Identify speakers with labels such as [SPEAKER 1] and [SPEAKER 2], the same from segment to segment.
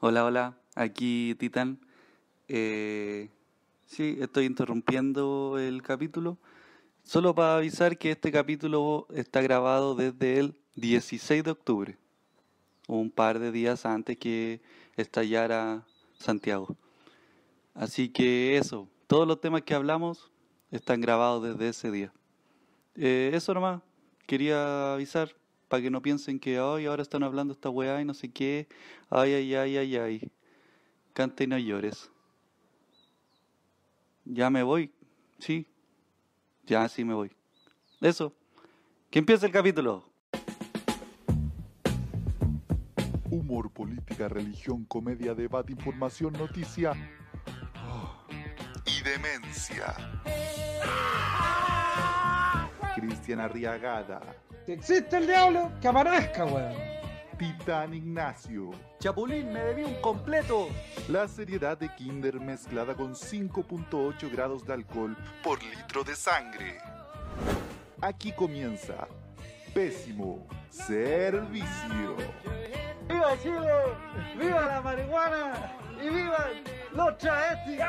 [SPEAKER 1] Hola, hola, aquí Titán. Eh, sí, estoy interrumpiendo el capítulo. Solo para avisar que este capítulo está grabado desde el 16 de octubre, un par de días antes que estallara Santiago. Así que eso, todos los temas que hablamos están grabados desde ese día. Eh, eso nomás, quería avisar para que no piensen que hoy ahora están hablando esta weá y no sé qué. Ay, ay, ay, ay, ay. Canta y no llores. Ya me voy, sí. Ya sí me voy. Eso. Que empiece el capítulo.
[SPEAKER 2] Humor, política, religión, comedia, debate, información, noticia ah, y demencia. Cristian Arriagada,
[SPEAKER 3] Si existe el diablo, que aparezca, weón.
[SPEAKER 2] Titán Ignacio.
[SPEAKER 1] Chapulín, me debí un completo.
[SPEAKER 2] La seriedad de Kinder mezclada con 5.8 grados de alcohol por litro de sangre. Aquí comienza Pésimo Servicio.
[SPEAKER 3] ¡Viva Chile! ¡Viva la marihuana! ¡Y viva los travestis!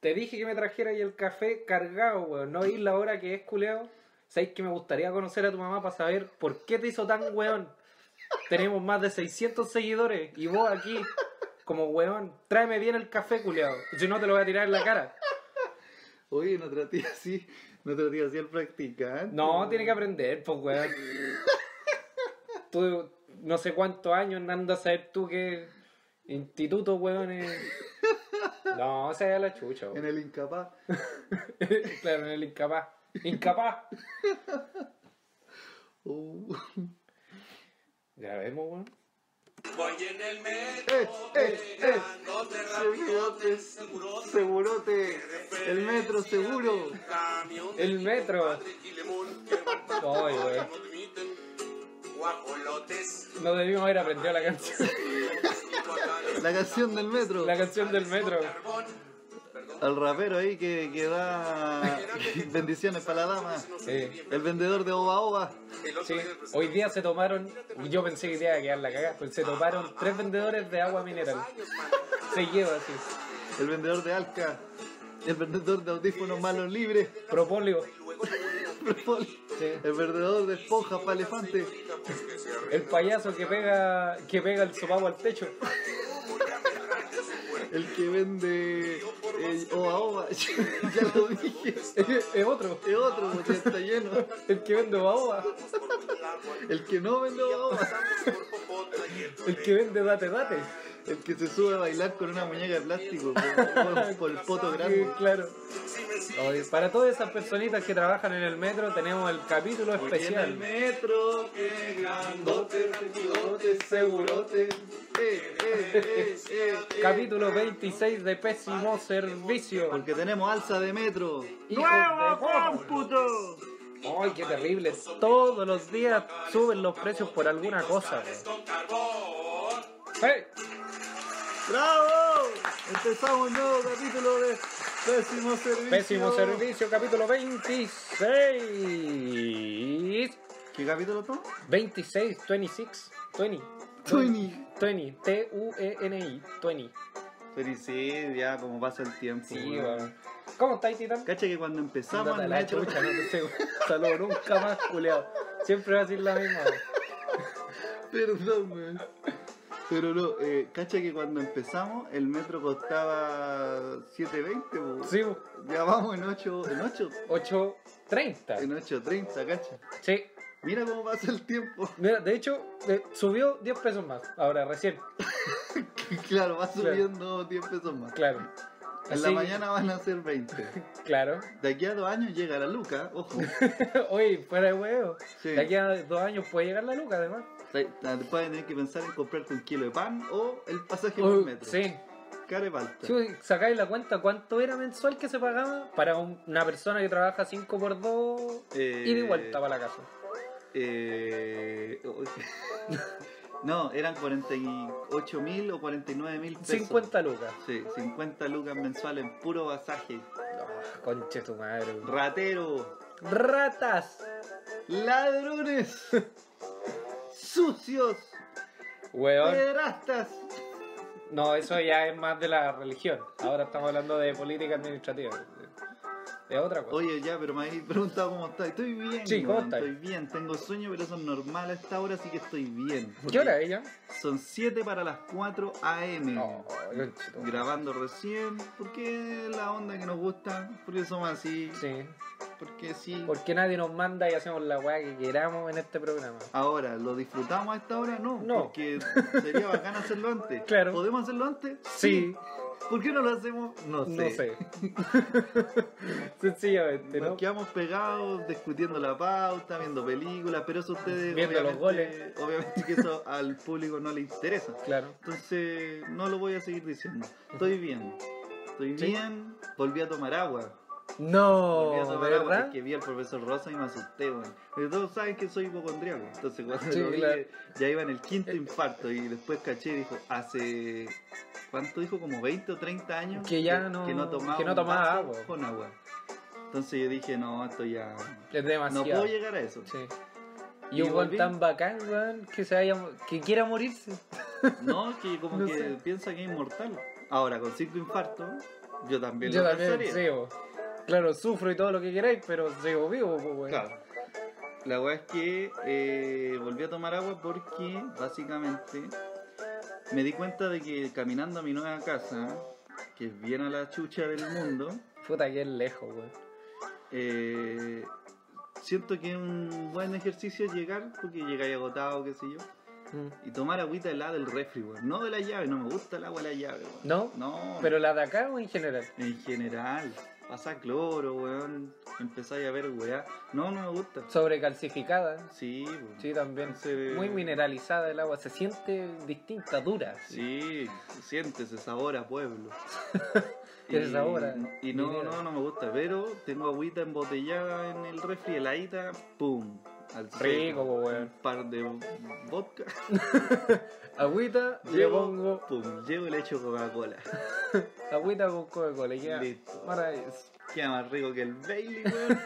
[SPEAKER 3] Te dije que me trajera ahí el café cargado, weón. No oís la hora que es, culeo. Sabéis que me gustaría conocer a tu mamá para saber por qué te hizo tan weón. Tenemos más de 600 seguidores y vos aquí, como weón, tráeme bien el café, culeado. Yo no te lo voy a tirar en la cara.
[SPEAKER 4] Oye, no traté así, no traté así al practicante.
[SPEAKER 3] No, tiene que aprender, pues, weón. tú, no sé cuántos años, Nando, a saber tú qué instituto, weón. es. No, se da la chucha,
[SPEAKER 4] En
[SPEAKER 3] weón.
[SPEAKER 4] el incapaz.
[SPEAKER 3] claro, en el incapaz. Incapaz.
[SPEAKER 4] Uh.
[SPEAKER 3] Ya vemos, weón.
[SPEAKER 4] ¡Eh, eh, eh! Segurotes, segurote, el metro seguro.
[SPEAKER 3] El metro. Ay, weón. No debimos haber aprendido la canción.
[SPEAKER 4] La canción del metro.
[SPEAKER 3] La canción del metro.
[SPEAKER 4] Al rapero ahí que, que da bendiciones para la dama.
[SPEAKER 3] Sí.
[SPEAKER 4] El vendedor de Oba Oba.
[SPEAKER 3] Sí, hoy día se tomaron, y yo pensé que te iba a quedar la cagada, pero se tomaron tres vendedores de agua mineral. Seguido así.
[SPEAKER 4] El vendedor de Alca. El vendedor de audífonos malos libres.
[SPEAKER 3] Propóleo. Sí.
[SPEAKER 4] El vendedor de esponjas para elefante.
[SPEAKER 3] El payaso que pega, que pega el sopapo al techo.
[SPEAKER 4] El que vende eh, Oba Oba. ya lo dije.
[SPEAKER 3] Es otro.
[SPEAKER 4] Es otro, porque está lleno.
[SPEAKER 3] El que vende baoba.
[SPEAKER 4] El que no vende babas.
[SPEAKER 3] El que vende date date.
[SPEAKER 4] El que se sube a bailar con una muñeca de plástico por, por- por el poto
[SPEAKER 3] Sí,
[SPEAKER 4] grande.
[SPEAKER 3] claro. Oye, para todas esas personitas que trabajan en el metro tenemos el capítulo especial.
[SPEAKER 4] metro, que grandote, grandote, segurote. Eh, eh, eh, eh, eh.
[SPEAKER 3] Capítulo 26 de Pésimo Servicio.
[SPEAKER 4] Porque tenemos alza de metro.
[SPEAKER 3] ¡Nuevo cómputo! ¡Ay, qué terrible! Todos los días suben los precios por alguna cosa. weón. ¡Hey!
[SPEAKER 4] ¡Bravo! Empezamos un nuevo capítulo de Pésimo Servicio.
[SPEAKER 3] Pésimo Servicio, capítulo 26.
[SPEAKER 4] ¿Qué capítulo estamos?
[SPEAKER 3] 26, 26, 20.
[SPEAKER 4] 20.
[SPEAKER 3] 20, E T-U-E-N-I, 20.
[SPEAKER 4] Pero sí, ya como pasa el tiempo.
[SPEAKER 3] Sí,
[SPEAKER 4] weón.
[SPEAKER 3] weón. ¿Cómo estáis, Titán?
[SPEAKER 4] Cacha que cuando empezamos
[SPEAKER 3] Ándate a
[SPEAKER 4] el
[SPEAKER 3] la
[SPEAKER 4] metro,
[SPEAKER 3] chucha, no te sé, weón. Saludo nunca más, culeado. Siempre va a decir la misma. weón.
[SPEAKER 4] Perdón, weón. Pero no, eh, cacha que cuando empezamos el metro costaba 7.20, po.
[SPEAKER 3] Sí,
[SPEAKER 4] Ya vamos en 8, en 8,
[SPEAKER 3] 8.30.
[SPEAKER 4] en 8.30, cacha.
[SPEAKER 3] Sí.
[SPEAKER 4] Mira cómo pasa el tiempo.
[SPEAKER 3] Mira, de hecho, eh, subió 10 pesos más. Ahora, recién.
[SPEAKER 4] claro, va
[SPEAKER 3] Claro.
[SPEAKER 4] subiendo 10 pesos más.
[SPEAKER 3] Claro.
[SPEAKER 4] En la
[SPEAKER 3] Así-
[SPEAKER 4] mañana van a ser 20.
[SPEAKER 3] Claro.
[SPEAKER 4] De aquí a dos años llega la luca, ojo.
[SPEAKER 3] Oye, fuera de huevo.
[SPEAKER 4] Sí.
[SPEAKER 3] De aquí a dos años puede llegar la luca, además.
[SPEAKER 4] Después tener que pensar en comprarte un kilo de pan o el pasaje
[SPEAKER 3] Oh,
[SPEAKER 4] por metro.
[SPEAKER 3] sí.
[SPEAKER 4] Care palta.
[SPEAKER 3] Si vos sacáis la cuenta, ¿cuánto era mensual que se pagaba para un- una persona que trabaja 5 por 2
[SPEAKER 4] Eh,
[SPEAKER 3] y de vuelta para la casa?
[SPEAKER 4] Eh, no, eran 48 mil o 49 mil pesos.
[SPEAKER 3] 50 lucas.
[SPEAKER 4] Sí, 50 lucas mensuales en puro pasaje.
[SPEAKER 3] No, conche tu madre. weón.
[SPEAKER 4] Ratero,
[SPEAKER 3] Ratas.
[SPEAKER 4] ladrones. sucios, Eh.
[SPEAKER 3] Weón.
[SPEAKER 4] pedrastas.
[SPEAKER 3] No, eso ya es más de la religión. Ahora estamos hablando de política administrativa. Es otra cosa.
[SPEAKER 4] Oye, ya, pero me habéis preguntado cómo estás. Estoy bien,
[SPEAKER 3] Sí, ¿cómo
[SPEAKER 4] weón,
[SPEAKER 3] estáis?
[SPEAKER 4] estoy bien. Tengo sueño, pero eso es normal a esta hora, así que estoy bien.
[SPEAKER 3] ¿Qué hora es ya?
[SPEAKER 4] Son 7 para las 4 AM.
[SPEAKER 3] No, conchito.
[SPEAKER 4] Grabando recién, porque es la onda que nos gusta, porque somos así,
[SPEAKER 3] Sí.
[SPEAKER 4] porque sí.
[SPEAKER 3] Porque nadie nos manda y hacemos la weá que queramos en este programa.
[SPEAKER 4] Ahora, ¿lo disfrutamos a esta hora? No,
[SPEAKER 3] No.
[SPEAKER 4] porque sería bacán hacerlo antes.
[SPEAKER 3] Claro.
[SPEAKER 4] ¿Podemos hacerlo antes?
[SPEAKER 3] Sí,
[SPEAKER 4] ¿Por qué no lo hacemos? No sé.
[SPEAKER 3] no sé. Sencillamente,
[SPEAKER 4] Nos
[SPEAKER 3] ¿no?
[SPEAKER 4] quedamos pegados discutiendo la pauta, viendo películas, pero eso ustedes.
[SPEAKER 3] Viendo los
[SPEAKER 4] obviamente- Obviamente que eso al público no le interesa.
[SPEAKER 3] Claro.
[SPEAKER 4] Entonces, no lo voy a seguir diciendo. Estoy bien. Estoy
[SPEAKER 3] Sí.
[SPEAKER 4] bien. Volví a tomar agua. Volví a
[SPEAKER 3] No,
[SPEAKER 4] tomar agua
[SPEAKER 3] ¿verdad?
[SPEAKER 4] porque vi al profesor Rosa y me asusté, weón. Pero todos saben que soy hipocondriaco. Entonces, cuando
[SPEAKER 3] Sí,
[SPEAKER 4] lo vi,
[SPEAKER 3] claro.
[SPEAKER 4] ya iba en el quinto infarto. Y después caché y dijo, hace. ¿Cuánto dijo? Como 20 o 30 años.
[SPEAKER 3] Que ya no-
[SPEAKER 4] que no tomaba,
[SPEAKER 3] que no
[SPEAKER 4] un
[SPEAKER 3] tomaba
[SPEAKER 4] vaso
[SPEAKER 3] agua.
[SPEAKER 4] Con agua. Entonces yo dije, no, esto ya.
[SPEAKER 3] Es
[SPEAKER 4] No
[SPEAKER 3] demasiado.
[SPEAKER 4] puedo llegar a eso.
[SPEAKER 3] Sí. Y
[SPEAKER 4] Y
[SPEAKER 3] un weón
[SPEAKER 4] volví.
[SPEAKER 3] tan bacán, weón, que se vaya, que quiera morirse.
[SPEAKER 4] No, que como
[SPEAKER 3] No
[SPEAKER 4] que
[SPEAKER 3] sé.
[SPEAKER 4] piensa que es inmortal. Ahora, con cinco infartos, yo también
[SPEAKER 3] Yo
[SPEAKER 4] lo
[SPEAKER 3] también
[SPEAKER 4] pensaría.
[SPEAKER 3] sigo. Claro, sufro y todo lo que queráis, pero sigo vivo, pues, weón.
[SPEAKER 4] Claro. La weá es que eh, volví a tomar agua porque básicamente me di cuenta de que caminando a mi nueva casa, que es bien a la chucha del mundo,
[SPEAKER 3] Puta que es lejos, weón.
[SPEAKER 4] eh, siento que es un buen ejercicio llegar, porque llegáis agotado, qué sé yo,
[SPEAKER 3] Mm.
[SPEAKER 4] y tomar agüita helada del refri, weón. No de la llave, no me gusta el agua de la llave, weón.
[SPEAKER 3] ¿No?
[SPEAKER 4] No,
[SPEAKER 3] Pero la de acá o en general.
[SPEAKER 4] en general, pasa cloro, weón, empezáis a ver weá. No, no me gusta.
[SPEAKER 3] Sobrecalcificada.
[SPEAKER 4] Sí, weón.
[SPEAKER 3] Sí, también.
[SPEAKER 4] Entonces-
[SPEAKER 3] Muy mineralizada el agua. Se siente distinta, dura.
[SPEAKER 4] Sí, sientes ese sabor a pueblo.
[SPEAKER 3] Ese sabor a
[SPEAKER 4] Y no,
[SPEAKER 3] minero.
[SPEAKER 4] no, no me gusta, pero tengo agüita embotellada en el refri, heladita, pum. Al seco.
[SPEAKER 3] Rico, po,
[SPEAKER 4] Un
[SPEAKER 3] weón.
[SPEAKER 4] par de vodka,
[SPEAKER 3] Agüita, le pongo
[SPEAKER 4] pum, llevo y le echo Coca-Cola.
[SPEAKER 3] agüita con Coca-Cola. y queda
[SPEAKER 4] Listo.
[SPEAKER 3] Maravilloso.
[SPEAKER 4] Queda más rico que el Bailey, weón.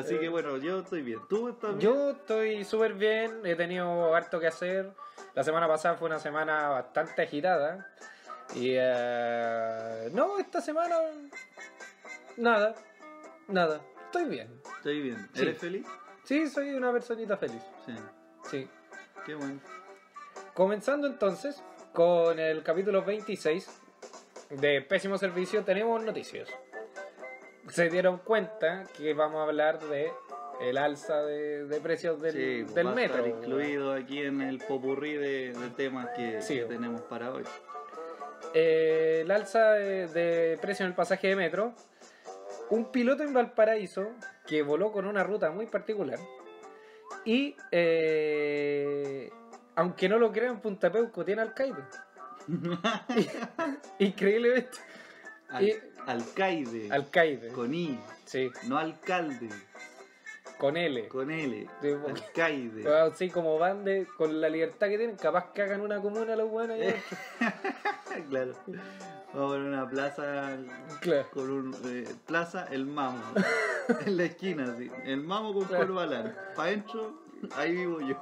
[SPEAKER 4] Así que bueno, yo estoy bien. ¿Tú estás bien?
[SPEAKER 3] Yo estoy súper bien, he tenido harto que hacer. La semana pasada fue una semana bastante agitada. Y eh, no, esta semana nada, nada, estoy bien.
[SPEAKER 4] Estoy bien.
[SPEAKER 3] Sí.
[SPEAKER 4] ¿Eres feliz?
[SPEAKER 3] Sí, soy una personita feliz.
[SPEAKER 4] Sí.
[SPEAKER 3] Sí.
[SPEAKER 4] Qué bueno.
[SPEAKER 3] Comenzando entonces con el capítulo 26 de Pésimo Servicio, tenemos noticias. Se dieron cuenta que vamos a hablar de el alza de, de precios del,
[SPEAKER 4] Sí, pues,
[SPEAKER 3] del
[SPEAKER 4] va a
[SPEAKER 3] metro.
[SPEAKER 4] estar incluido aquí en el popurrí de, de temas que
[SPEAKER 3] Sí. pues.
[SPEAKER 4] tenemos para hoy.
[SPEAKER 3] Eh, el alza de, de precio en el pasaje de metro. Un piloto en Valparaíso que voló con una ruta muy particular. Y, eh, aunque no lo crean, Punta Peuco tiene alcaide. Increíblemente.
[SPEAKER 4] Al-
[SPEAKER 3] Y-
[SPEAKER 4] Alcaide.
[SPEAKER 3] Alcaide.
[SPEAKER 4] con I.
[SPEAKER 3] Sí,
[SPEAKER 4] No alcalde.
[SPEAKER 3] con L.
[SPEAKER 4] Con L.
[SPEAKER 3] Sí, pues. Ah, po.
[SPEAKER 4] Alcaide.
[SPEAKER 3] Así como van de, con la libertad que tienen, capaz que hagan una comuna los buenos.
[SPEAKER 4] Eh. claro. Vamos a poner una plaza
[SPEAKER 3] Claro.
[SPEAKER 4] con un. eh, plaza El Mamo. en la esquina, así. El Mamo con
[SPEAKER 3] Claro.
[SPEAKER 4] Corbalán. Para adentro, ahí vivo yo.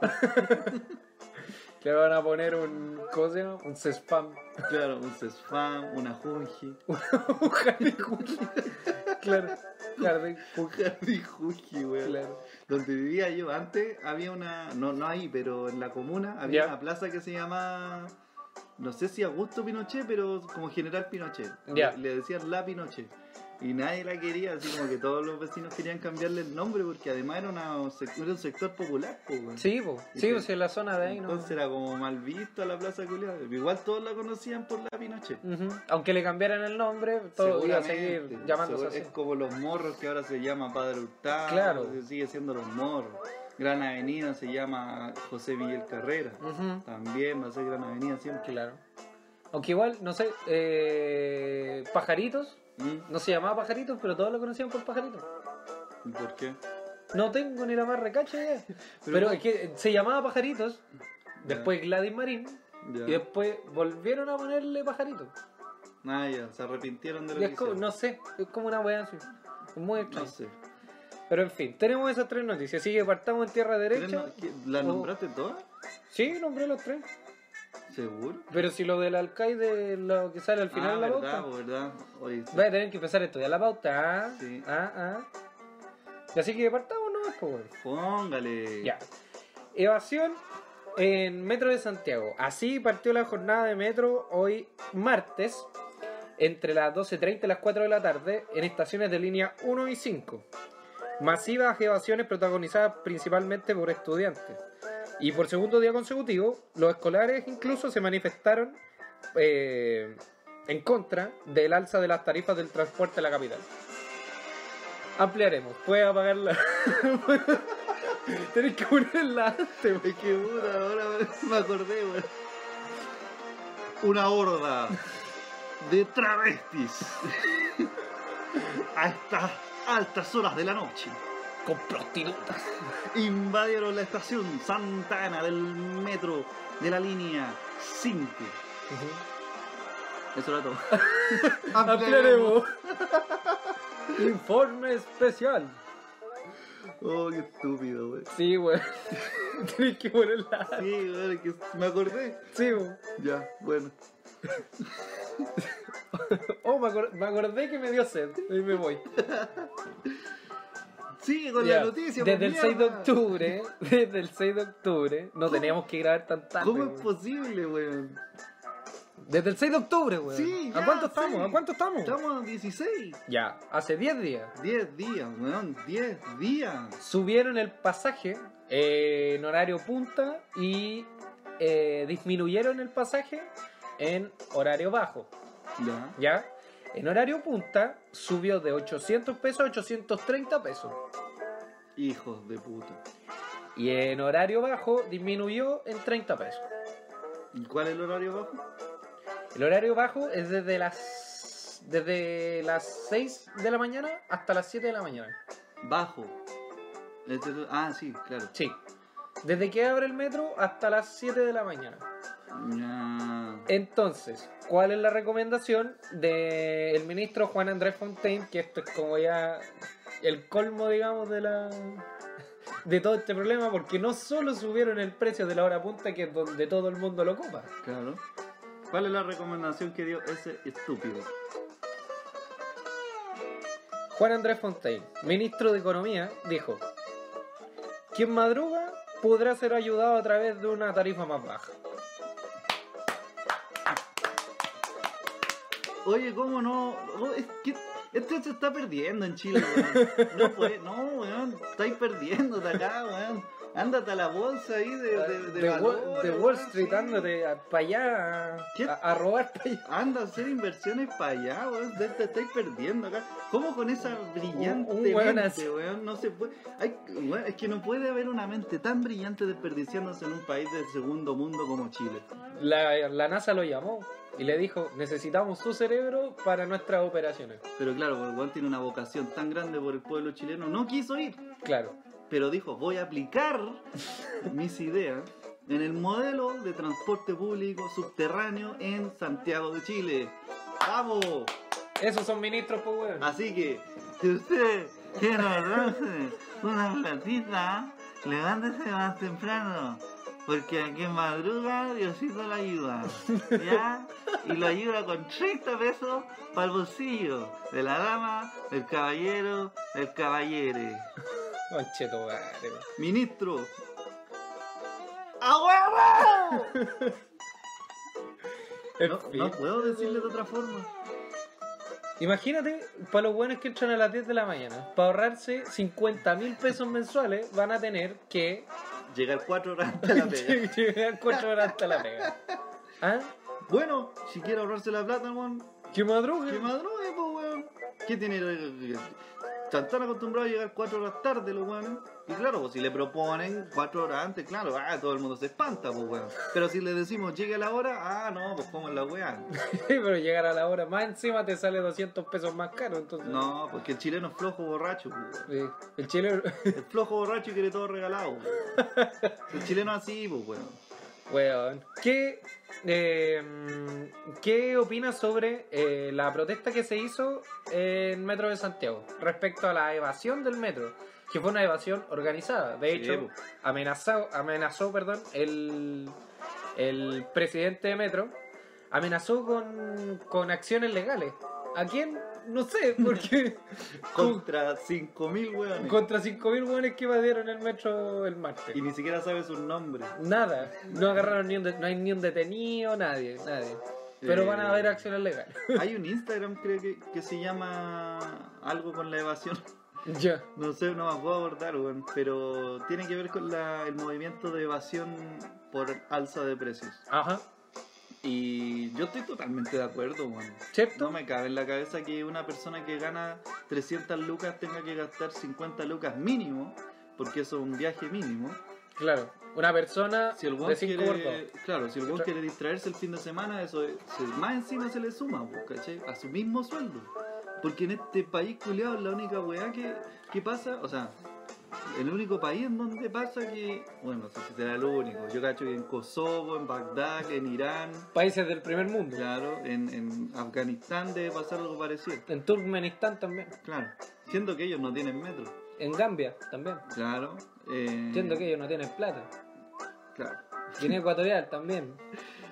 [SPEAKER 3] Le van a poner un. ¿Cómo se llama? Un spam.
[SPEAKER 4] claro, un Cesfam, una Junji.
[SPEAKER 3] Un jardín juji. Claro, jardín
[SPEAKER 4] Un
[SPEAKER 3] juji,
[SPEAKER 4] jardín Junji, weón.
[SPEAKER 3] claro.
[SPEAKER 4] Donde vivía yo antes había una, no, no ahí, pero en la comuna había
[SPEAKER 3] Ya.
[SPEAKER 4] una plaza que se llamaba, no sé si Augusto Pinochet, pero como General Pinochet.
[SPEAKER 3] Ya.
[SPEAKER 4] Le, le decían La Pinochet. Y nadie la quería, así como que todos los vecinos querían cambiarle el nombre porque además era, una, era un sector popular. po, weón.
[SPEAKER 3] Sí, po. sí, pues en la zona de ahí, ¿no?
[SPEAKER 4] Entonces era como mal visto la plaza culiada. Igual todos la conocían por La Pinochet.
[SPEAKER 3] Ujú. Aunque le cambiaran el nombre, todo iba a seguir
[SPEAKER 4] Seguramente.
[SPEAKER 3] llamándose
[SPEAKER 4] Seguro-
[SPEAKER 3] así.
[SPEAKER 4] Es como los morros que ahora se llama Padre Hurtado.
[SPEAKER 3] Claro.
[SPEAKER 4] se Sigue siendo los morros. Gran Avenida se llama José Miguel Carrera.
[SPEAKER 3] Ujú,
[SPEAKER 4] También va a ser Gran Avenida siempre.
[SPEAKER 3] Claro. Aunque igual, no sé, eh, pajaritos,
[SPEAKER 4] ¿Mm?
[SPEAKER 3] no se llamaba pajaritos, pero todos lo conocían por pajaritos.
[SPEAKER 4] ¿Y ¿Por qué?
[SPEAKER 3] No tengo ni la más recacha idea. Pero,
[SPEAKER 4] Pero-
[SPEAKER 3] es que eh, se llamaba pajaritos, después Gladys Marín,
[SPEAKER 4] Ya.
[SPEAKER 3] y después volvieron a ponerle pajaritos.
[SPEAKER 4] Ah, ya, se arrepintieron de lo
[SPEAKER 3] Y
[SPEAKER 4] que
[SPEAKER 3] es como-
[SPEAKER 4] hicieron.
[SPEAKER 3] no sé, es como una wea así. Es muy
[SPEAKER 4] No
[SPEAKER 3] extraño.
[SPEAKER 4] sé.
[SPEAKER 3] Pero en fin, tenemos esas tres noticias. Así que partamos en tierra derecha.
[SPEAKER 4] ¿La
[SPEAKER 3] o-
[SPEAKER 4] nombraste todas?
[SPEAKER 3] Sí, nombré los tres.
[SPEAKER 4] ¿Seguro?
[SPEAKER 3] Pero si lo del alcaide, lo que sale al final
[SPEAKER 4] ah,
[SPEAKER 3] de la
[SPEAKER 4] verdad,
[SPEAKER 3] pauta.
[SPEAKER 4] verdad. Oye,
[SPEAKER 3] Voy a tener que empezar a estudiar la pauta. Ah,
[SPEAKER 4] Sí.
[SPEAKER 3] ah, ah. Y Así que partamos nomás, pues, weón.
[SPEAKER 4] póngale.
[SPEAKER 3] Ya. Evasión en Metro de Santiago. Así partió la jornada de Metro hoy martes entre las 12.30 y las 4 de la tarde en estaciones de línea 1 y 5. Masivas evasiones protagonizadas principalmente por estudiantes. Y por segundo día consecutivo, los escolares incluso se manifestaron eh, en contra del alza de las tarifas del transporte a la capital. Ampliaremos. Puedes apagarla. Tenés que ponerla antes,
[SPEAKER 4] Es que puta, ahora me acordé, weón. Una horda de travestis a estas altas horas de la noche
[SPEAKER 3] con prostitutas.
[SPEAKER 4] invadieron la estación Santa Ana del metro de la línea 5. Eso era todo.
[SPEAKER 3] Ampliaremos. Informe especial.
[SPEAKER 4] Oh, qué estúpido, weón.
[SPEAKER 3] Sí, weón. Tenés que ponerla
[SPEAKER 4] Sí, weón, es que me acordé.
[SPEAKER 3] Sí, weón.
[SPEAKER 4] Ya, bueno.
[SPEAKER 3] Oh, me, acor- me acordé que me dio sed. Y me voy.
[SPEAKER 4] Sigue con
[SPEAKER 3] Ya.
[SPEAKER 4] la noticia,
[SPEAKER 3] Desde
[SPEAKER 4] pues,
[SPEAKER 3] el 6 de
[SPEAKER 4] mierda.
[SPEAKER 3] octubre. Desde el 6 de octubre. No
[SPEAKER 4] ¿Cómo?
[SPEAKER 3] teníamos que grabar tan tarde.
[SPEAKER 4] ¿Cómo es
[SPEAKER 3] weón.
[SPEAKER 4] posible, weón?
[SPEAKER 3] Desde el 6 de octubre, weón.
[SPEAKER 4] Sí,
[SPEAKER 3] ¿A
[SPEAKER 4] ya,
[SPEAKER 3] cuánto
[SPEAKER 4] sí.
[SPEAKER 3] estamos? ¿A cuánto estamos?
[SPEAKER 4] Estamos a 16.
[SPEAKER 3] Ya, hace 10 días.
[SPEAKER 4] 10 días, weón, 10 días.
[SPEAKER 3] subieron el pasaje eh, en horario punta y eh, disminuyeron el pasaje en horario bajo,
[SPEAKER 4] Ya.
[SPEAKER 3] ¿ya? En horario punta subió de 800 pesos a 830 pesos.
[SPEAKER 4] Hijos de puta.
[SPEAKER 3] Y en horario bajo disminuyó en 30 pesos.
[SPEAKER 4] ¿Y cuál es el horario bajo?
[SPEAKER 3] El horario bajo es desde las desde las 6 de la mañana hasta las 7 de la mañana.
[SPEAKER 4] Bajo. Este- ah, sí, claro.
[SPEAKER 3] Sí. Desde que abre el metro hasta las 7 de la mañana.
[SPEAKER 4] Ya.
[SPEAKER 3] Entonces, ¿cuál es la recomendación del ministro Juan Andrés Fontaine? Que esto es como ya el colmo, digamos, de la de todo este problema, porque no solo subieron el precio de la hora punta, que es donde todo el mundo lo ocupa.
[SPEAKER 4] Claro. ¿Cuál es la recomendación que dio ese estúpido?
[SPEAKER 3] Juan Andrés Fontaine, ministro de Economía, dijo, quien madruga podrá ser ayudado a través de una tarifa más baja.
[SPEAKER 4] Oye, ¿cómo no? Oh, es que esto se está perdiendo en Chile, weón. No, puede- no, weón. Estáis perdiendo de acá, weón. Ándate a la bolsa ahí de, de, de
[SPEAKER 3] De Wall-
[SPEAKER 4] valores,
[SPEAKER 3] de Wall
[SPEAKER 4] weón,
[SPEAKER 3] Street,
[SPEAKER 4] sí.
[SPEAKER 3] ándate para allá, a-
[SPEAKER 4] ¿Qué?
[SPEAKER 3] a, a robar para allá.
[SPEAKER 4] Anda a hacer inversiones para allá, weón. Te, te estáis perdiendo acá. ¿Cómo con esa brillante
[SPEAKER 3] un weón
[SPEAKER 4] mente,
[SPEAKER 3] así.
[SPEAKER 4] weón? No se puede. Hay- weón, es que no puede haber una mente tan brillante desperdiciándose en un país del segundo mundo como Chile.
[SPEAKER 3] La, la NASA lo llamó y le dijo, necesitamos su cerebro para nuestras operaciones.
[SPEAKER 4] Pero claro, el weón tiene una vocación tan grande por el pueblo chileno. No quiso ir,
[SPEAKER 3] Claro.
[SPEAKER 4] pero dijo: Voy a aplicar mis ideas en el modelo de transporte público subterráneo en Santiago de Chile. ¡Vamos!
[SPEAKER 3] Esos son ministros, pues, weón.
[SPEAKER 4] Así que, si usted quiere ahorrarse una platita, levántese más temprano. Porque a quien madruga, Diosito lo ayuda. ¿Ya? Y lo ayuda con 30 pesos para el bolsillo de la dama, del caballero, del caballere.
[SPEAKER 3] Concheto, madre, weón.
[SPEAKER 4] Ministro. ¡A huevo!
[SPEAKER 3] En
[SPEAKER 4] No,
[SPEAKER 3] fin.
[SPEAKER 4] no puedo decirle de otra forma.
[SPEAKER 3] Imagínate, para los buenos que entran a las 10 de la mañana, para ahorrarse 50 mil pesos mensuales, van a tener que
[SPEAKER 4] Llegar cuatro horas antes de la pega.
[SPEAKER 3] llegar 4 horas hasta la pega. ¿Ah?
[SPEAKER 4] Bueno, si quiere ahorrarse la plata, hermano.
[SPEAKER 3] ¿Qué madruga?
[SPEAKER 4] Que madrugue, pues, weón. ¿Qué tiene? el- el- Están tan acostumbrados a llegar cuatro horas tarde, los weones. Y claro, pues si le proponen cuatro horas antes, claro, ah, todo el mundo se espanta, pues, weón. Pero si le decimos llegue a la hora, ah, no, pues como en la weá.
[SPEAKER 3] Pero llegar a la hora más encima te sale 200 pesos más caro, entonces...
[SPEAKER 4] No, porque el chileno es flojo borracho, pues, weón.
[SPEAKER 3] Sí. El chileno...
[SPEAKER 4] Es flojo borracho y quiere todo regalado, weón. El chileno es así, pues, weón.
[SPEAKER 3] Weón. ¿Qué, eh, ¿Qué opinas sobre eh, la protesta que se hizo en Metro de Santiago respecto a la evasión del metro? Que fue una evasión organizada. De
[SPEAKER 4] Sí, pues,
[SPEAKER 3] hecho,
[SPEAKER 4] po.
[SPEAKER 3] amenazó, amenazó perdón, el, el presidente de Metro, amenazó con, con acciones legales. ¿A quién? No sé, porque
[SPEAKER 4] Contra 5.000 hueones.
[SPEAKER 3] contra 5.000 hueones que invadieron el metro el martes.
[SPEAKER 4] Y ni siquiera sabe su nombre.
[SPEAKER 3] Nada, no agarraron ni un, de- no hay ni un detenido, nadie, nadie. Pero
[SPEAKER 4] Eh.
[SPEAKER 3] van a haber acciones legales.
[SPEAKER 4] Hay un Instagram, creo que, que se llama algo con la evasión.
[SPEAKER 3] Ya.
[SPEAKER 4] No sé, no me puedo abordar, weón. Pero tiene que ver con la- el movimiento de evasión por alza de precios.
[SPEAKER 3] Ajá.
[SPEAKER 4] Y yo estoy totalmente de acuerdo, weón. No
[SPEAKER 3] ¿Cierto?
[SPEAKER 4] me cabe en la cabeza que una persona que gana 300 lucas tenga que gastar 50 lucas mínimo, porque eso es un viaje mínimo.
[SPEAKER 3] Claro. Una persona
[SPEAKER 4] Si el weón
[SPEAKER 3] de 5
[SPEAKER 4] quiere,
[SPEAKER 3] gordos.
[SPEAKER 4] claro, si el weón
[SPEAKER 3] Tra-
[SPEAKER 4] quiere distraerse el fin de semana, eso es- se- más encima se le suma, po, ¿cachai? A su mismo sueldo. Porque en este país culiado es la única weá que, que pasa, o sea, el único país en donde pasa que, bueno, no sé si será el único, yo cacho que en Kosovo, en Bagdad, en Irán,
[SPEAKER 3] Países del primer mundo.
[SPEAKER 4] claro, en, en Afganistán debe pasar algo parecido,
[SPEAKER 3] En Turkmenistán también.
[SPEAKER 4] claro, siendo que ellos no tienen metro,
[SPEAKER 3] En Gambia también.
[SPEAKER 4] claro. eh,
[SPEAKER 3] Siendo que ellos no tienen plata.
[SPEAKER 4] Claro.
[SPEAKER 3] Guinea Ecuatorial también.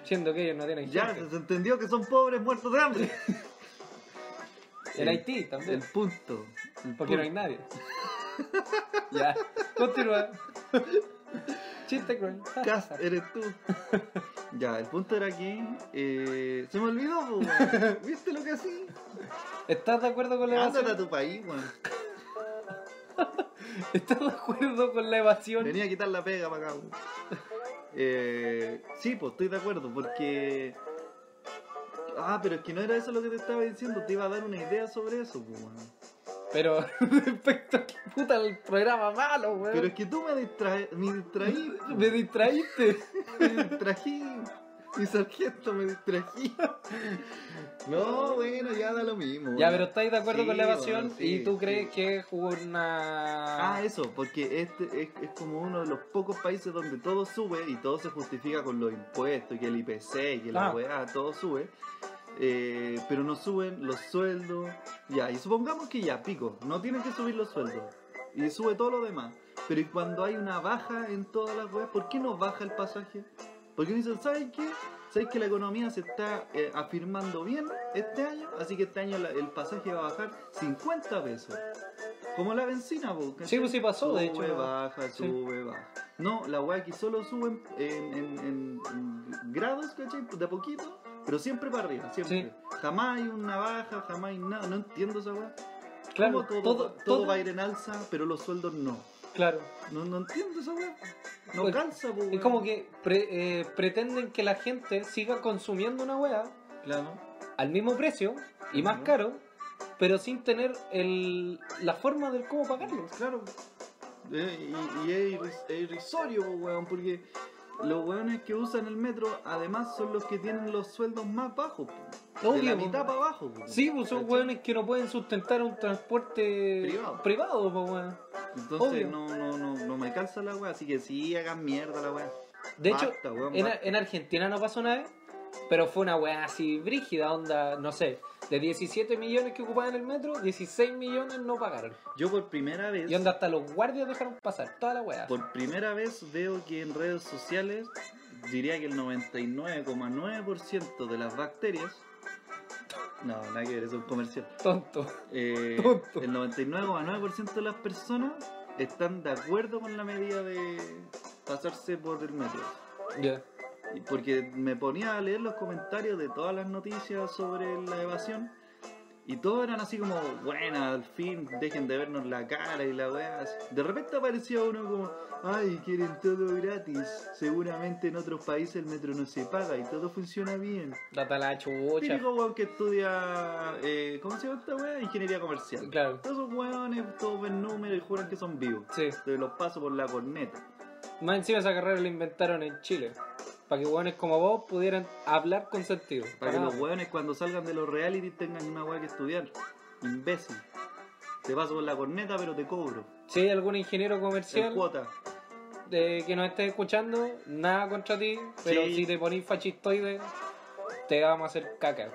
[SPEAKER 3] Siendo que ellos no tienen
[SPEAKER 4] Ya
[SPEAKER 3] gente.
[SPEAKER 4] se entendió que son pobres muertos de hambre.
[SPEAKER 3] En
[SPEAKER 4] Eh,
[SPEAKER 3] Haití también.
[SPEAKER 4] El punto. el
[SPEAKER 3] Porque no hay
[SPEAKER 4] punto.
[SPEAKER 3] nadie. ya. Continúa. Chiste cruel.
[SPEAKER 4] Cas, eres tú. ya, el punto era que. eh, se me olvidó, po, weón. ¿Viste lo que así?
[SPEAKER 3] ¿Estás de acuerdo con la
[SPEAKER 4] Ándate a
[SPEAKER 3] evasión?
[SPEAKER 4] tu país, weón.
[SPEAKER 3] ¿Estás de acuerdo con la evasión?
[SPEAKER 4] Venía a quitar la pega para acá, weón. Eh, sí, pues estoy de acuerdo, porque. Ah, pero es que no era eso lo que te estaba diciendo, te iba a dar una idea sobre eso, pues, weón.
[SPEAKER 3] Pero respecto a que puta el programa malo, weón.
[SPEAKER 4] Pero es que tú me, distraes me distraí. po.
[SPEAKER 3] Me distraíste.
[SPEAKER 4] me distrají. Mi sargento me distrají. No, bueno, ya da lo mismo.
[SPEAKER 3] ya,
[SPEAKER 4] bueno.
[SPEAKER 3] pero estáis de acuerdo
[SPEAKER 4] Sí,
[SPEAKER 3] con la evasión
[SPEAKER 4] bueno, sí,
[SPEAKER 3] y tú crees
[SPEAKER 4] sí.
[SPEAKER 3] que jugó una...
[SPEAKER 4] Ah, eso, porque este es, es como uno de los pocos países donde todo sube y todo se justifica con los impuestos, que el IPC, y que la
[SPEAKER 3] Ah.
[SPEAKER 4] weá, todo sube. Eh, pero no suben los sueldos. Ya, y supongamos que ya, pico, no tienen que subir los sueldos. Y sube todo lo demás. Pero ¿y cuando hay una baja en todas las weas, ¿por qué no baja el pasaje? Porque dicen, ¿sabes qué? ¿Sabes que la economía se está eh, afirmando bien este año? Así que este año la- el pasaje va a bajar 50 pesos. Como la bencina, po,
[SPEAKER 3] sí,
[SPEAKER 4] ¿cachai?
[SPEAKER 3] pues sí pasó, de
[SPEAKER 4] Sube,
[SPEAKER 3] hecho.
[SPEAKER 4] baja,
[SPEAKER 3] Sí.
[SPEAKER 4] sube, baja. No, la weá aquí solo sube en, en- en- en grados, ¿cachai? De a poquito, pero siempre para arriba, siempre. Jamás hay una baja, jamás hay nada. No entiendo esa weá.
[SPEAKER 3] Claro,
[SPEAKER 4] ¿Cómo todo,
[SPEAKER 3] todo,
[SPEAKER 4] todo
[SPEAKER 3] todo-
[SPEAKER 4] va a ir en alza, pero los sueldos no?
[SPEAKER 3] Claro.
[SPEAKER 4] No, no entiendo esa weá. No
[SPEAKER 3] Pues,
[SPEAKER 4] calza, po,
[SPEAKER 3] Es
[SPEAKER 4] weón.
[SPEAKER 3] como que pre- eh, pretenden que la gente siga consumiendo una weá
[SPEAKER 4] Claro.
[SPEAKER 3] al mismo precio y más
[SPEAKER 4] Ujú.
[SPEAKER 3] caro, pero sin tener el, la forma del cómo pagarlo.
[SPEAKER 4] Claro. Eh, y y es, irris- es irrisorio, po, weón, porque los weones que usan el metro además son los que tienen los sueldos más bajos. po. de la
[SPEAKER 3] Obvio, po.
[SPEAKER 4] mitad para abajo. po.
[SPEAKER 3] Sí, pues son
[SPEAKER 4] ¿Cachai?
[SPEAKER 3] weones que no pueden sustentar un transporte
[SPEAKER 4] Privado.
[SPEAKER 3] privado pues, weón.
[SPEAKER 4] Entonces
[SPEAKER 3] obvio.
[SPEAKER 4] no, no, no, no me calza la weá, así que sí hagan mierda la weá.
[SPEAKER 3] De hecho,
[SPEAKER 4] Basta, weón,
[SPEAKER 3] en,
[SPEAKER 4] basta.
[SPEAKER 3] en Argentina no pasó nada, pero fue una weá así brígida, onda, no sé, de 17 millones que ocupaban el metro, 16 millones no pagaron.
[SPEAKER 4] Yo por primera vez
[SPEAKER 3] Y onda, hasta los guardias dejaron pasar toda la weá.
[SPEAKER 4] por primera vez veo que en redes sociales diría que el 99,9% de las bacterias no, nada que ver, eso es un comercial.
[SPEAKER 3] Tonto.
[SPEAKER 4] Eh,
[SPEAKER 3] Tonto.
[SPEAKER 4] el 99,9% de las personas están de acuerdo con la medida de pasarse por el metro.
[SPEAKER 3] Ya.
[SPEAKER 4] Y Porque me ponía a leer los comentarios de todas las noticias sobre la evasión y todos eran así como, bueno, al fin dejen de vernos la cara y la weá. así. De repente aparecía uno como, ay, quieren todo gratis. Seguramente en otros países el metro no se paga y todo funciona bien.
[SPEAKER 3] Data la chucha.
[SPEAKER 4] Típico weón que estudia, eh, ¿cómo se llama esta weá? Ingeniería comercial.
[SPEAKER 3] Claro,
[SPEAKER 4] Todos esos weones, todos ven números y juran que son vivos.
[SPEAKER 3] sí.
[SPEAKER 4] Te los paso por la corneta.
[SPEAKER 3] Más encima esa carrera la inventaron en Chile. Para que weones como vos pudieran hablar con sentido.
[SPEAKER 4] Para que
[SPEAKER 3] Ah,
[SPEAKER 4] los hueones cuando salgan de los reality tengan una hueá que estudiar. Imbécil. Te paso por la corneta, pero te cobro.
[SPEAKER 3] Si hay algún ingeniero
[SPEAKER 4] En
[SPEAKER 3] comercial
[SPEAKER 4] cuota.
[SPEAKER 3] de que nos estés escuchando, nada contra ti, pero
[SPEAKER 4] Sí.
[SPEAKER 3] si te ponís fascistoide, te vamos a hacer caca.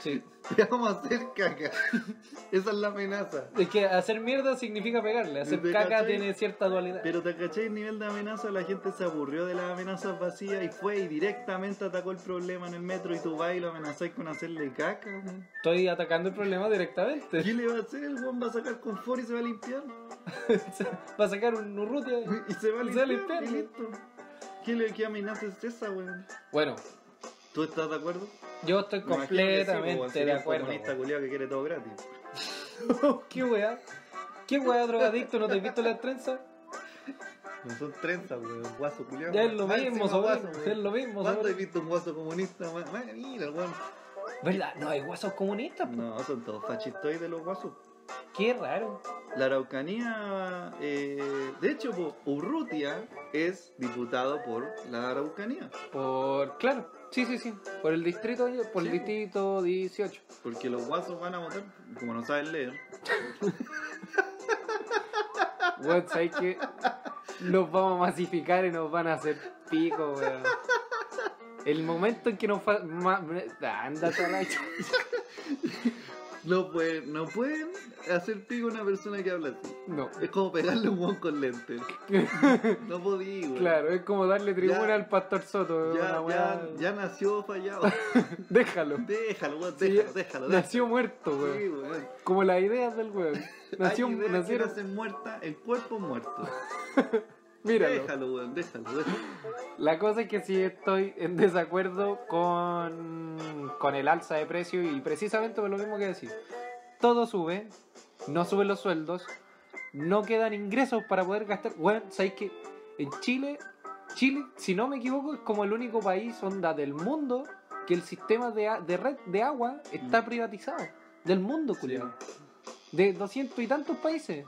[SPEAKER 3] Sí.
[SPEAKER 4] Te vamos a hacer caca. Esa es la amenaza.
[SPEAKER 3] Es que hacer mierda significa pegarle. Hacer
[SPEAKER 4] ¿Te
[SPEAKER 3] caca
[SPEAKER 4] cachai?
[SPEAKER 3] tiene cierta dualidad.
[SPEAKER 4] Pero te caché el nivel de amenaza, la gente se aburrió de las amenazas vacías y fue y directamente atacó el problema en el metro y tú vas y lo amenazás con hacerle caca. weón.
[SPEAKER 3] Estoy atacando el problema directamente.
[SPEAKER 4] ¿Qué le va a hacer? El weón va a sacar confort y se va a limpiar.
[SPEAKER 3] Va a sacar un urrutia.
[SPEAKER 4] Y se va a
[SPEAKER 3] Y se va a
[SPEAKER 4] limpiar.
[SPEAKER 3] limpiar.
[SPEAKER 4] y listo. ¿Qué, le, ¿Qué amenaza es esa, weón?
[SPEAKER 3] Bueno,
[SPEAKER 4] ¿Tú estás de acuerdo?
[SPEAKER 3] yo estoy
[SPEAKER 4] Me imagino que sí, weón,
[SPEAKER 3] completamente de
[SPEAKER 4] sería el
[SPEAKER 3] acuerdo.
[SPEAKER 4] comunista
[SPEAKER 3] weón.
[SPEAKER 4] pues, culiao que quiere todo gratis.
[SPEAKER 3] ¿Qué weá? ¿Qué weá drogadicto? ¿No te has visto las trenzas?
[SPEAKER 4] No son trenzas, weón. Guaso culiao.
[SPEAKER 3] Ya es lo
[SPEAKER 4] Más
[SPEAKER 3] mismo,
[SPEAKER 4] encima
[SPEAKER 3] sobrino.
[SPEAKER 4] guaso,
[SPEAKER 3] Es
[SPEAKER 4] weón.
[SPEAKER 3] lo mismo,
[SPEAKER 4] ¿Cuándo he
[SPEAKER 3] sobrino.
[SPEAKER 4] visto un guaso comunista? Ma- ma- Mira, el weón.
[SPEAKER 3] ¿Verdad? No hay guasos comunistas. po.
[SPEAKER 4] No, son todos fascistoides los guasos.
[SPEAKER 3] Qué raro.
[SPEAKER 4] La Araucanía, eh, de hecho, po, Urrutia es diputado por la Araucanía,
[SPEAKER 3] Por, claro, sí, sí, sí, por el distrito, por el
[SPEAKER 4] Sí.
[SPEAKER 3] distrito 18.
[SPEAKER 4] porque los guasos van a votar, como no saben leer.
[SPEAKER 3] Weón, ¿sabes qué? Nos vamos a masificar y nos van a hacer pico, weón. El momento en que nos... fa- ma- ah, Anda, talacho.
[SPEAKER 4] No pueden, no pueden hacer pico a una persona que habla así.
[SPEAKER 3] No.
[SPEAKER 4] Es como pegarle un guan con lentes. No podí, güey.
[SPEAKER 3] Claro, es como darle tribuna
[SPEAKER 4] Ya.
[SPEAKER 3] al pastor Soto.
[SPEAKER 4] Ya,
[SPEAKER 3] una weá.
[SPEAKER 4] ya, ya nació fallado.
[SPEAKER 3] Déjalo.
[SPEAKER 4] Déjalo, weón,
[SPEAKER 3] Sí,
[SPEAKER 4] déjalo, déjalo.
[SPEAKER 3] Nació muerto,
[SPEAKER 4] déjalo.
[SPEAKER 3] weón.
[SPEAKER 4] Sí, weón.
[SPEAKER 3] Como las ideas del weón. Nació,
[SPEAKER 4] Hay ideas que
[SPEAKER 3] nacieron-
[SPEAKER 4] nacen muertas, el cuerpo muerto.
[SPEAKER 3] Míralo.
[SPEAKER 4] Déjalo, weón, déjalo, déjalo.
[SPEAKER 3] La cosa es que sí estoy en desacuerdo con, con el alza de precio y precisamente por lo mismo que decís. Todo sube, no suben los sueldos, no quedan ingresos para poder gastar. Bueno, ¿sabéis que en Chile, Chile, si no me equivoco, es como el único país onda del mundo que el sistema de, a- de red de agua está
[SPEAKER 4] Mm.
[SPEAKER 3] privatizado. Del mundo, culiao. De 200 y tantos países.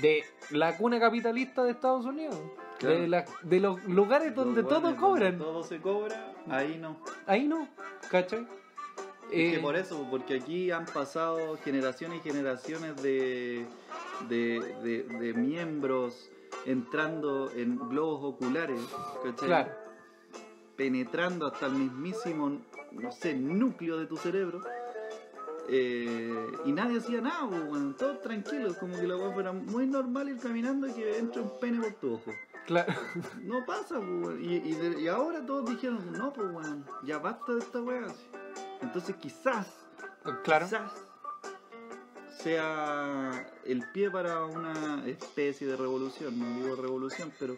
[SPEAKER 3] De la cuna capitalista de Estados Unidos.
[SPEAKER 4] Claro.
[SPEAKER 3] De, la- de los lugares donde
[SPEAKER 4] Los
[SPEAKER 3] todos
[SPEAKER 4] weones
[SPEAKER 3] cobran.
[SPEAKER 4] Donde todo se cobra, ahí no.
[SPEAKER 3] Ahí no, ¿cachai?
[SPEAKER 4] Es
[SPEAKER 3] Eh,
[SPEAKER 4] que por eso, porque aquí han pasado generaciones y generaciones de, de, de- de miembros entrando en globos oculares, ¿cachai?
[SPEAKER 3] Claro,
[SPEAKER 4] Penetrando hasta el mismísimo, no sé, núcleo de tu cerebro. Eh, y nadie hacía nada, pues, weón. todos tranquilos, como que la weá fuera muy normal ir caminando y que entre un pene por tu ojo.
[SPEAKER 3] claro.
[SPEAKER 4] No pasa, pues, weón. y, y, de- y ahora todos dijeron, no, pues, weón, ya basta de esta weá. así. Entonces quizás,
[SPEAKER 3] Claro.
[SPEAKER 4] quizás sea el pie para una especie de revolución, no digo revolución, pero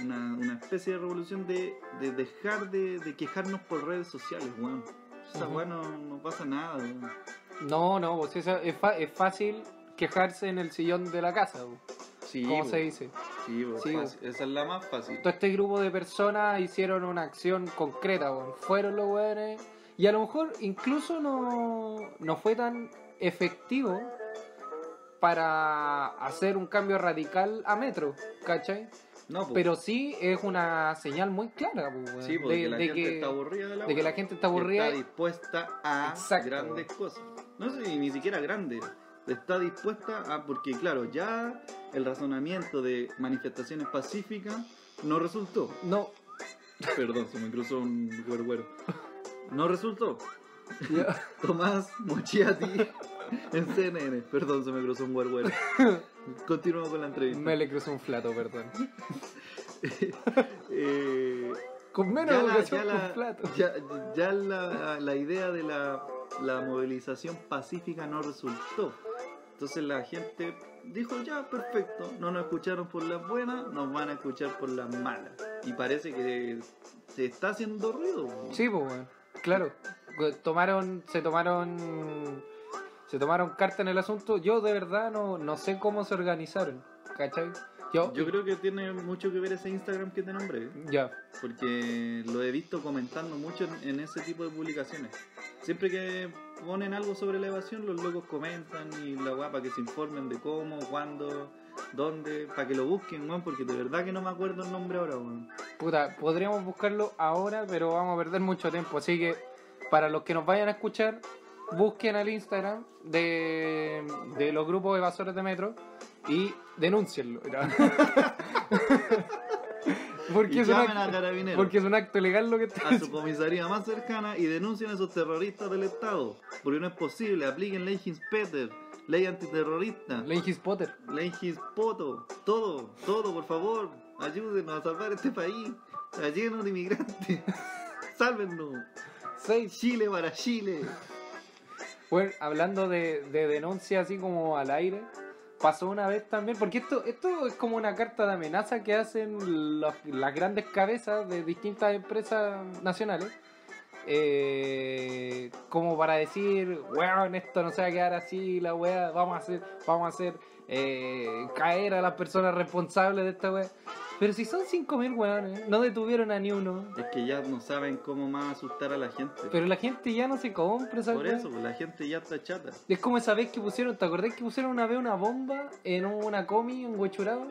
[SPEAKER 4] una, una especie de revolución de, de dejar de, de quejarnos por redes sociales, weón. Esa
[SPEAKER 3] Ujú.
[SPEAKER 4] weá no, no pasa nada, weón.
[SPEAKER 3] No, no, pues eso es, fa- es fácil quejarse en el sillón de la casa, po,
[SPEAKER 4] Sí,
[SPEAKER 3] como
[SPEAKER 4] po,
[SPEAKER 3] se dice.
[SPEAKER 4] sí, po,
[SPEAKER 3] Sí,
[SPEAKER 4] fácil. esa es la más fácil.
[SPEAKER 3] Todo este grupo de personas hicieron una acción concreta, po. fueron los weones. Y a lo mejor incluso no, no fue tan efectivo para hacer un cambio radical a metro, ¿cachai?
[SPEAKER 4] No, pues,
[SPEAKER 3] Pero sí es una señal muy clara, po, weón,
[SPEAKER 4] sí, porque
[SPEAKER 3] de,
[SPEAKER 4] la
[SPEAKER 3] de
[SPEAKER 4] gente
[SPEAKER 3] que,
[SPEAKER 4] está aburrida de la
[SPEAKER 3] de que
[SPEAKER 4] weá.
[SPEAKER 3] la gente está aburrida.
[SPEAKER 4] Está dispuesta a
[SPEAKER 3] Exacto.
[SPEAKER 4] grandes cosas. No sé, ni siquiera grandes. Está dispuesta a. Porque, claro, ya el razonamiento de manifestaciones pacíficas no resultó.
[SPEAKER 3] No,
[SPEAKER 4] Perdón, se me cruzó un güergüero. No resultó.
[SPEAKER 3] ya,
[SPEAKER 4] Tomás Mochiati en CNN. Perdón, se me cruzó un güergüero. Continuamos con la entrevista.
[SPEAKER 3] me le cruzó un flato, perdón.
[SPEAKER 4] Eh,
[SPEAKER 3] Con menos
[SPEAKER 4] ya la,
[SPEAKER 3] educación
[SPEAKER 4] ya
[SPEAKER 3] que
[SPEAKER 4] la-
[SPEAKER 3] un plato.
[SPEAKER 4] ya- ya la- la idea de la, la movilización pacífica no resultó. Entonces la gente dijo, ya, perfecto, no nos escucharon por las buenas, nos van a escuchar por las malas. Y parece que se está haciendo ruido. weón.
[SPEAKER 3] Sí, pues, weón. Claro. Go- Tomaron, se tomaron. Se tomaron carta en el asunto. Yo de verdad no, no sé cómo se organizaron. ¿Cachai? Yo.
[SPEAKER 4] Yo creo que tiene mucho que ver ese Instagram que te nombré,
[SPEAKER 3] Ya.
[SPEAKER 4] porque lo he visto comentando mucho en, en ese tipo de publicaciones. Siempre que ponen algo sobre la evasión, los locos comentan y la weá para que se informen de cómo, cuándo, dónde, para que lo busquen, weón, porque de verdad que no me acuerdo el nombre ahora, weón.
[SPEAKER 3] Puta, podríamos buscarlo ahora, pero vamos a perder mucho tiempo. Así que, para los que nos vayan a escuchar, busquen el Instagram de, de los grupos evasores de metro y denúncienlo. Porque
[SPEAKER 4] Y
[SPEAKER 3] es, un
[SPEAKER 4] llamen a
[SPEAKER 3] acto,
[SPEAKER 4] carabineros.
[SPEAKER 3] porque es un acto legal lo que está
[SPEAKER 4] a su comisaría más cercana y denuncien a esos terroristas del Estado. Porque no es posible, apliquen ley Hinspeter, ley antiterrorista, ley,
[SPEAKER 3] Lengis Potter.
[SPEAKER 4] Hinspoto, todo, todo, por favor, ayúdenos a salvar este país, está lleno de inmigrantes. Sálvennos,
[SPEAKER 3] Seis.
[SPEAKER 4] Chile para Chile.
[SPEAKER 3] Bueno, hablando de, de denuncia así como al aire, pasó una vez también, porque esto, esto es como una carta de amenaza que hacen los- las grandes cabezas de distintas empresas nacionales. eh, como para decir, weón, esto no se va a quedar así, la weá, vamos a hacer, vamos a hacer eh, caer a las personas responsables de esta weá. Pero si son 5.000 weones, no detuvieron a ni uno.
[SPEAKER 4] Es que ya no saben cómo más asustar a la gente.
[SPEAKER 3] Pero la gente ya no se compra esa
[SPEAKER 4] por
[SPEAKER 3] weá.
[SPEAKER 4] eso, pues, la gente ya está chata.
[SPEAKER 3] Es como esa vez que pusieron, ¿te acordás que pusieron una vez una bomba en una comi en Huechuraba?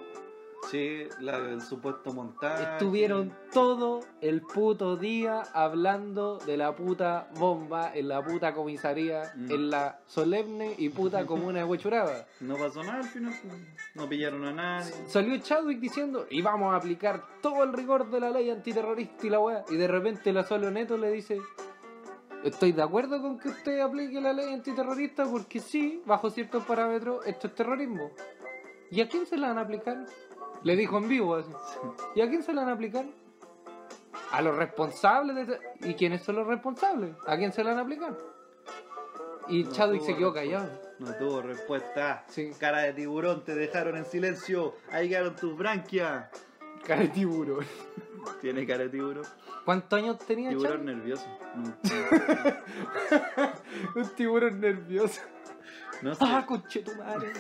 [SPEAKER 4] Sí, la- el supuesto montaje.
[SPEAKER 3] Estuvieron todo el puto día hablando de la puta bomba en la puta comisaría,
[SPEAKER 4] Mm.
[SPEAKER 3] en la solemne y puta comuna de Huechuraba.
[SPEAKER 4] No pasó nada al final, pues. no pillaron a nadie.
[SPEAKER 3] Salió Chadwick diciendo, y vamos a aplicar todo el rigor de la ley antiterrorista y la weá. Y de repente la Solo Neto le dice, estoy de acuerdo con que usted aplique la ley antiterrorista porque sí, bajo ciertos parámetros, esto es terrorismo. ¿Y a quién se la van a aplicar? Le dijo en vivo así. ¿Y a quién se la van a aplicar? A los responsables de... te- ¿Y quiénes son los responsables? ¿A quién se la van a aplicar? Y
[SPEAKER 4] No
[SPEAKER 3] Chadwick
[SPEAKER 4] tuvo
[SPEAKER 3] se quedó
[SPEAKER 4] respuesta.
[SPEAKER 3] callado.
[SPEAKER 4] No tuvo respuesta.
[SPEAKER 3] Sí.
[SPEAKER 4] Cara de tiburón, te dejaron en silencio. Ahí quedaron tus branquias.
[SPEAKER 3] Cara de tiburón.
[SPEAKER 4] Tiene cara de tiburón.
[SPEAKER 3] ¿Cuántos años tenía
[SPEAKER 4] Tiburón
[SPEAKER 3] Chadwick?
[SPEAKER 4] nervioso. No,
[SPEAKER 3] Un tiburón nervioso.
[SPEAKER 4] no sé.
[SPEAKER 3] Ah, conche tu madre.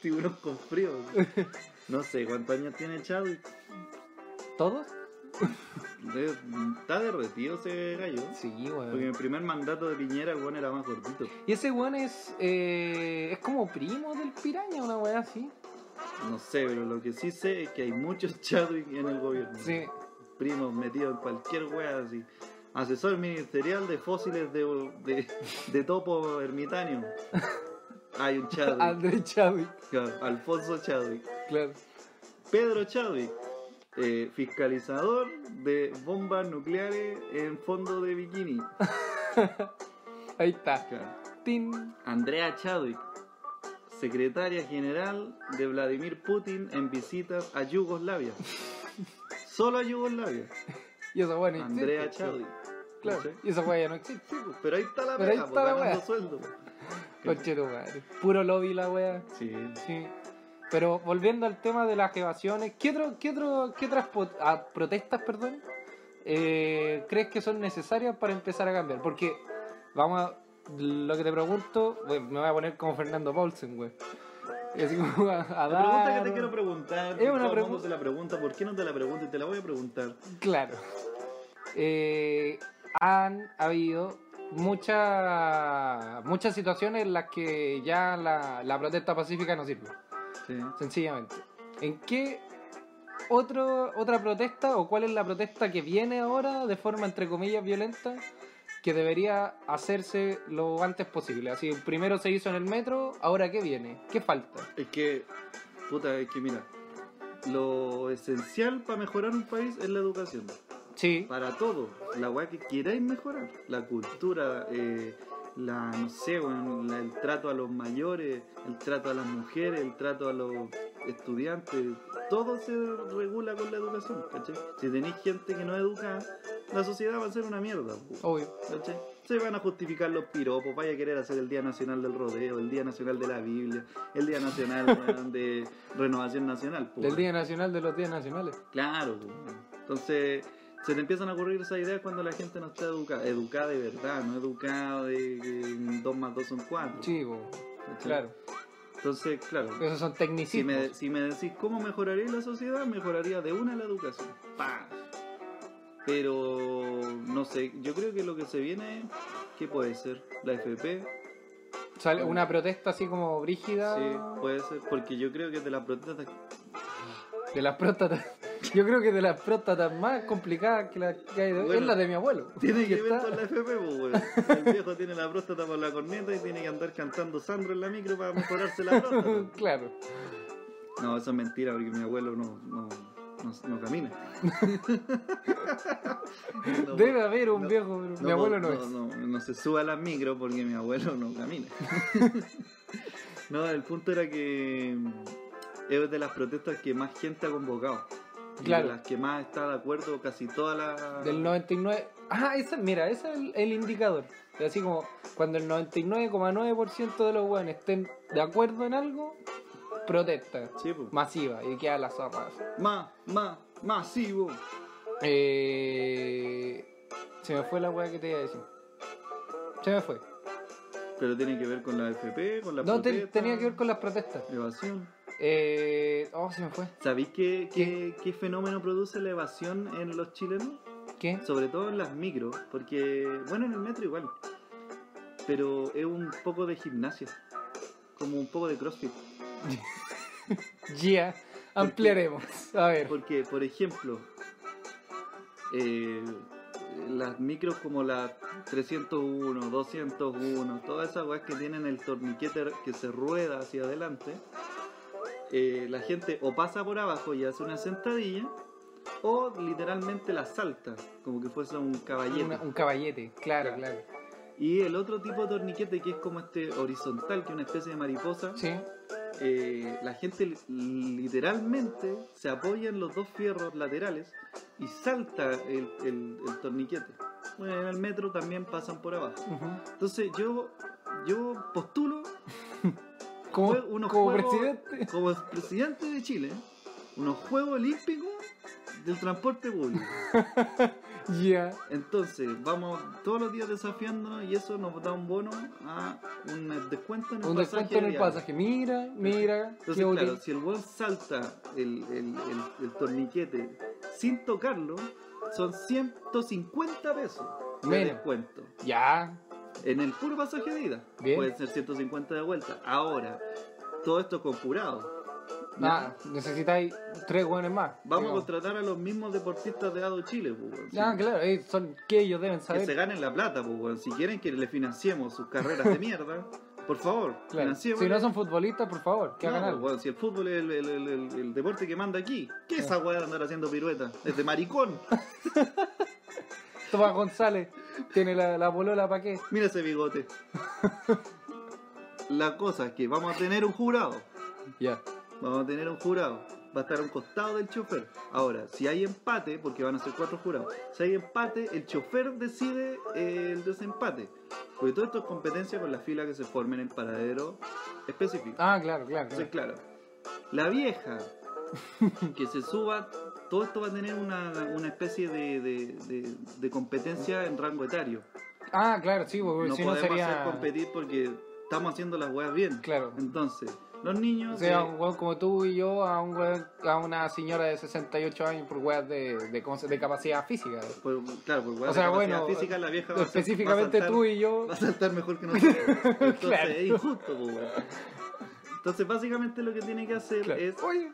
[SPEAKER 4] tiburón con frío. No sé cuántos años tiene Chadwick.
[SPEAKER 3] ¿Todos?
[SPEAKER 4] De- Está derretido ese gallo.
[SPEAKER 3] Sí,
[SPEAKER 4] Porque en
[SPEAKER 3] weón.
[SPEAKER 4] el primer mandato de Piñera el weón era más gordito.
[SPEAKER 3] Y ese weón es. eh, es como primo del piraña, una weá así.
[SPEAKER 4] No sé, pero lo que sí sé es que hay muchos Chadwick en el gobierno.
[SPEAKER 3] Sí.
[SPEAKER 4] primos metidos en cualquier wea así. Asesor ministerial de fósiles de, de, de topo ermitaño. Hay un Chadwick.
[SPEAKER 3] Andrés Chávez,
[SPEAKER 4] claro, Alfonso Chadwick.
[SPEAKER 3] claro.
[SPEAKER 4] Pedro Chadwick. eh, fiscalizador de bombas nucleares en fondo de bikini.
[SPEAKER 3] Ahí está.
[SPEAKER 4] Claro.
[SPEAKER 3] Tin.
[SPEAKER 4] Andrea Chadwick. Secretaria general de Vladimir Putin en visitas a Yugoslavia. Solo a Yugoslavia.
[SPEAKER 3] Y esa weá no existe.
[SPEAKER 4] Andrea
[SPEAKER 3] sí.
[SPEAKER 4] Chadwick.
[SPEAKER 3] Claro.
[SPEAKER 4] ¿Cachai?
[SPEAKER 3] Y esa weá ya no existe.
[SPEAKER 4] Pero ahí está la
[SPEAKER 3] Pero ahí
[SPEAKER 4] pega, po,
[SPEAKER 3] está la
[SPEAKER 4] ganando
[SPEAKER 3] wea.
[SPEAKER 4] sueldo. pues. po.
[SPEAKER 3] Conche tu madre. Puro lobby la weá.
[SPEAKER 4] Sí.
[SPEAKER 3] Sí. Pero volviendo al tema de las evasiones, ¿qué, otro, qué, otro, qué otras po- ah, protestas perdón, eh, crees que son necesarias para empezar a cambiar? Porque, vamos a. Lo que te pregunto, güey, me voy a poner como Fernando Paulsen, güey. Es como a, a
[SPEAKER 4] La pregunta
[SPEAKER 3] dar-
[SPEAKER 4] que te quiero preguntar,
[SPEAKER 3] Es
[SPEAKER 4] es
[SPEAKER 3] una
[SPEAKER 4] una todo el mundo
[SPEAKER 3] pregunta-
[SPEAKER 4] te la pregunta, ¿por qué no te la pregunto? Y te la voy a preguntar.
[SPEAKER 3] Claro. Eh, han habido muchas muchas situaciones en las que ya la, la protesta pacífica no sirve.
[SPEAKER 4] Sí.
[SPEAKER 3] Sencillamente. ¿En qué otro, otra protesta o cuál es la protesta que viene ahora de forma entre comillas violenta que debería hacerse lo antes posible? Así, primero se hizo en el metro, ahora qué viene, qué falta.
[SPEAKER 4] Es que, puta, es que mira, lo esencial para mejorar un país es la educación.
[SPEAKER 3] Sí,
[SPEAKER 4] Para todo, la weá que queráis mejorar. La cultura, eh, la, no sé, weón, la- el trato a los mayores, el trato a las mujeres, el trato a los estudiantes. Todo se regula con la educación, ¿cachai? Si tenéis gente que no educa, la sociedad va a ser una mierda. po.
[SPEAKER 3] obvio.
[SPEAKER 4] ¿Cachai? Se van a justificar los piropos, vaya a querer hacer el Día Nacional del Rodeo, el Día Nacional de la Biblia, el Día Nacional weón, de Renovación Nacional. pues,
[SPEAKER 3] Del
[SPEAKER 4] weón.
[SPEAKER 3] Día Nacional de los Días Nacionales.
[SPEAKER 4] Claro, pues, weón. entonces se te empiezan a ocurrir esas ideas cuando la gente no está educada, educada de verdad, no educada de que 2 más 2 son 4.
[SPEAKER 3] Sí, po, claro. pues.
[SPEAKER 4] Entonces, claro,
[SPEAKER 3] Esos son
[SPEAKER 4] si
[SPEAKER 3] tecnicismos.
[SPEAKER 4] me, si me decís cómo mejoraría la sociedad, mejoraría de una la educación. ¡Pah! Pero no sé, yo creo que lo que se viene, ¿qué puede ser? La FP,
[SPEAKER 3] Sale una protesta así como brígida
[SPEAKER 4] sí, puede ser, porque yo creo que de las protestas. pues.
[SPEAKER 3] de las próstatas. Yo creo que de las próstatas más complicadas que la que hay de hoy
[SPEAKER 4] Bueno,
[SPEAKER 3] es la de mi abuelo.
[SPEAKER 4] Tiene que ver
[SPEAKER 3] está-
[SPEAKER 4] con la FP, pues, weón. El viejo tiene la próstata por la corneta y tiene que andar cantando Sandro en la micro para mejorarse la próstata.
[SPEAKER 3] Claro.
[SPEAKER 4] No, eso es mentira, porque mi abuelo no, no, no, no camina. No
[SPEAKER 3] Debe
[SPEAKER 4] po-
[SPEAKER 3] haber un
[SPEAKER 4] no-
[SPEAKER 3] viejo, pero mi
[SPEAKER 4] po-
[SPEAKER 3] abuelo no, es.
[SPEAKER 4] No, no se suba a las micro porque mi abuelo no camina. no, el punto era que mm, es de las protestas que más gente ha convocado. Y
[SPEAKER 3] Claro.
[SPEAKER 4] De las que más está de acuerdo casi toda la.
[SPEAKER 3] Del 99. Ah, esa, mira, ese es el, el indicador. Es así como cuando el 99,9% de los hueones estén de acuerdo en algo, protesta
[SPEAKER 4] Sí, po.
[SPEAKER 3] masiva y queda la zorra.
[SPEAKER 4] Ma, ma, masivo.
[SPEAKER 3] Eh, se me fue la hueá que te iba a decir. Se me fue.
[SPEAKER 4] Pero tiene que ver con la FP, con la
[SPEAKER 3] no, te-
[SPEAKER 4] protesta,
[SPEAKER 3] tenía que ver con las protestas.
[SPEAKER 4] Evasión.
[SPEAKER 3] Eh, oh, se me fue.
[SPEAKER 4] ¿Sabéis qué, qué, qué fenómeno produce la evasión en los chilenos?
[SPEAKER 3] ¿Qué?
[SPEAKER 4] Sobre todo en las micros, porque, bueno, en el metro igual, pero es un poco de gimnasia, como un poco de crossfit.
[SPEAKER 3] Ya, ampliaremos. A ver.
[SPEAKER 4] Porque, por ejemplo, eh, las micros como la 301, 201, todas esas weas que tienen el torniquete que se rueda hacia adelante, eh, la gente o pasa por abajo y hace una sentadilla, o literalmente la salta, como que fuese un caballero.
[SPEAKER 3] Una- un caballete, claro, claro.
[SPEAKER 4] Y el otro tipo de torniquete que es como este horizontal, que es una especie de mariposa,
[SPEAKER 3] Sí.
[SPEAKER 4] eh, la gente li- literalmente se apoya en los dos fierros laterales y salta el, el- el torniquete. Bueno, en el metro también pasan por abajo.
[SPEAKER 3] ujú.
[SPEAKER 4] Entonces yo, yo postulo
[SPEAKER 3] Como,
[SPEAKER 4] jue- unos
[SPEAKER 3] como
[SPEAKER 4] juegos-
[SPEAKER 3] presidente.
[SPEAKER 4] como presidente de Chile unos Juegos Olímpicos del transporte público.
[SPEAKER 3] Ya.
[SPEAKER 4] Entonces vamos todos los días desafiándonos y eso nos da un bono a un descuento en el
[SPEAKER 3] Un
[SPEAKER 4] pasaje
[SPEAKER 3] descuento en el
[SPEAKER 4] diario.
[SPEAKER 3] pasaje. Mira, mira. qué
[SPEAKER 4] Entonces, claro,
[SPEAKER 3] útil.
[SPEAKER 4] si el weón salta el, el- el- el torniquete sin tocarlo, son 150 pesos de
[SPEAKER 3] Menos.
[SPEAKER 4] descuento.
[SPEAKER 3] Ya.
[SPEAKER 4] En el puro pasaje de ida.
[SPEAKER 3] Bien.
[SPEAKER 4] Pueden ser 150 de vuelta. Ahora, todo esto con jurado.
[SPEAKER 3] Ah, necesitáis tres hueones más.
[SPEAKER 4] Vamos a
[SPEAKER 3] digamos.
[SPEAKER 4] contratar a los mismos deportistas de Ado Chile, pues, weón.
[SPEAKER 3] Ah,
[SPEAKER 4] Sí.
[SPEAKER 3] claro, eh, son que ellos deben
[SPEAKER 4] Que se
[SPEAKER 3] saber.
[SPEAKER 4] ganen la plata, pues, weón. Si quieren que le financiemos sus carreras de mierda, por favor,
[SPEAKER 3] Claro. Si
[SPEAKER 4] financiemos.
[SPEAKER 3] no son futbolistas, por favor, que
[SPEAKER 4] No,
[SPEAKER 3] hagan algo.
[SPEAKER 4] weón, si el fútbol es el, el- el- el- el deporte que manda aquí, ¿qué esa weá de andar haciendo pirueta? Es de maricón.
[SPEAKER 3] Tomás González tiene la, la polola para qué.
[SPEAKER 4] Mira ese bigote. La cosa es que vamos a tener un jurado.
[SPEAKER 3] Ya.
[SPEAKER 4] Vamos a tener un jurado. Va a estar a un costado del chofer. Ahora, si hay empate, porque van a ser cuatro jurados, si hay empate, el chofer decide eh, el desempate. Porque todo esto es competencia con las filas que se formen en el paradero específico.
[SPEAKER 3] Ah, claro, claro.
[SPEAKER 4] Entonces,
[SPEAKER 3] claro.
[SPEAKER 4] claro, la vieja que se suba, todo esto va a tener una, una especie de, de- de- de competencia en rango etario.
[SPEAKER 3] Ah, claro, sí, porque
[SPEAKER 4] No
[SPEAKER 3] si no
[SPEAKER 4] podemos
[SPEAKER 3] sería.
[SPEAKER 4] hacer competir porque estamos haciendo las weas bien.
[SPEAKER 3] Claro.
[SPEAKER 4] Entonces, los niños. eh,
[SPEAKER 3] O sea,
[SPEAKER 4] de-
[SPEAKER 3] un hueón como tú y yo a un hueón- a una señora de 68 años por hueas de, de, ¿cómo se- de capacidad física.
[SPEAKER 4] por- pues, claro, por weas
[SPEAKER 3] O
[SPEAKER 4] de
[SPEAKER 3] sea,
[SPEAKER 4] capacidad
[SPEAKER 3] bueno,
[SPEAKER 4] física, la vieja va a ser-
[SPEAKER 3] Específicamente
[SPEAKER 4] va a saltar-
[SPEAKER 3] tú y yo.
[SPEAKER 4] Va a saltar mejor que nosotros. Entonces,
[SPEAKER 3] Claro.
[SPEAKER 4] es injusto, po, weón. Entonces, básicamente lo que tiene que hacer
[SPEAKER 3] Claro.
[SPEAKER 4] es
[SPEAKER 3] Oye.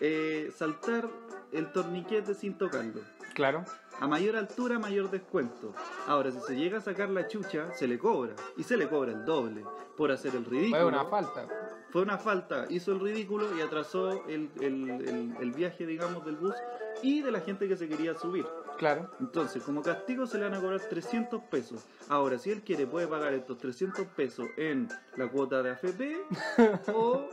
[SPEAKER 4] eh, saltar el torniquete sin tocarlo.
[SPEAKER 3] Claro.
[SPEAKER 4] A mayor altura, mayor descuento. Ahora, si se llega a sacar la chucha, se le cobra. Y se le cobra el doble. Por hacer el ridículo.
[SPEAKER 3] Es una falta.
[SPEAKER 4] Fue una falta. Hizo el ridículo y atrasó el, el- el- el viaje, digamos, del bus y de la gente que se quería subir.
[SPEAKER 3] Claro.
[SPEAKER 4] Entonces, como castigo se le van a cobrar 300 pesos. Ahora, si él quiere, puede pagar estos 300 pesos en la cuota de AFP o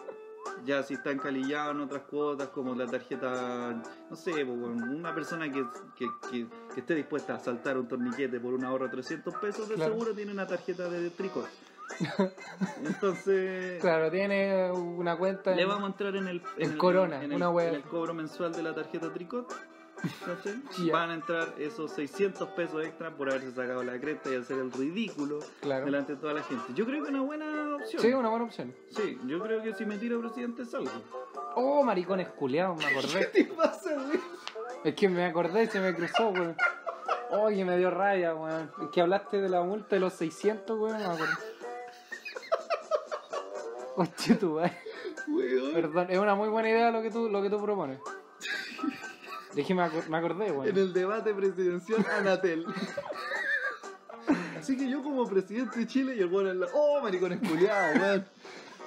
[SPEAKER 4] ya si está encalillado en otras cuotas como la tarjeta, no sé, pues, bueno, una persona que, que- que- que esté dispuesta a saltar un torniquete por un ahorro de 300 pesos, de
[SPEAKER 3] Claro.
[SPEAKER 4] seguro tiene una tarjeta de tricot. Entonces,
[SPEAKER 3] Claro, tiene una cuenta. en-
[SPEAKER 4] le vamos a entrar en el,
[SPEAKER 3] El
[SPEAKER 4] en
[SPEAKER 3] corona,
[SPEAKER 4] en
[SPEAKER 3] una wea.
[SPEAKER 4] en el cobro mensual de la tarjeta Tricot. ¿cachai?
[SPEAKER 3] Ya.
[SPEAKER 4] Van a entrar esos 600 pesos extra por haberse sacado la cresta y hacer el ridículo
[SPEAKER 3] Claro.
[SPEAKER 4] delante de toda la gente. Yo creo que es una buena opción.
[SPEAKER 3] Sí, una buena opción.
[SPEAKER 4] Sí, yo creo que si me tiro presidente salgo.
[SPEAKER 3] Oh, maricones culeados, me acordé.
[SPEAKER 4] ¿Qué pasa, güey?
[SPEAKER 3] Es que me acordé y se me cruzó, weón. Oye, me dio raya, weón. Es que hablaste de la multa de los 600, weón, me acordé. Oye, tú, weón.
[SPEAKER 4] Weón,
[SPEAKER 3] Perdón, es una muy buena idea lo que tú, lo que tú propones. Es que me, acu- me acordé,
[SPEAKER 4] En
[SPEAKER 3] weón.
[SPEAKER 4] el debate presidencial Anatel. Así que yo como presidente de Chile y el bueno en la... ¡Oh, maricones culiados, weón!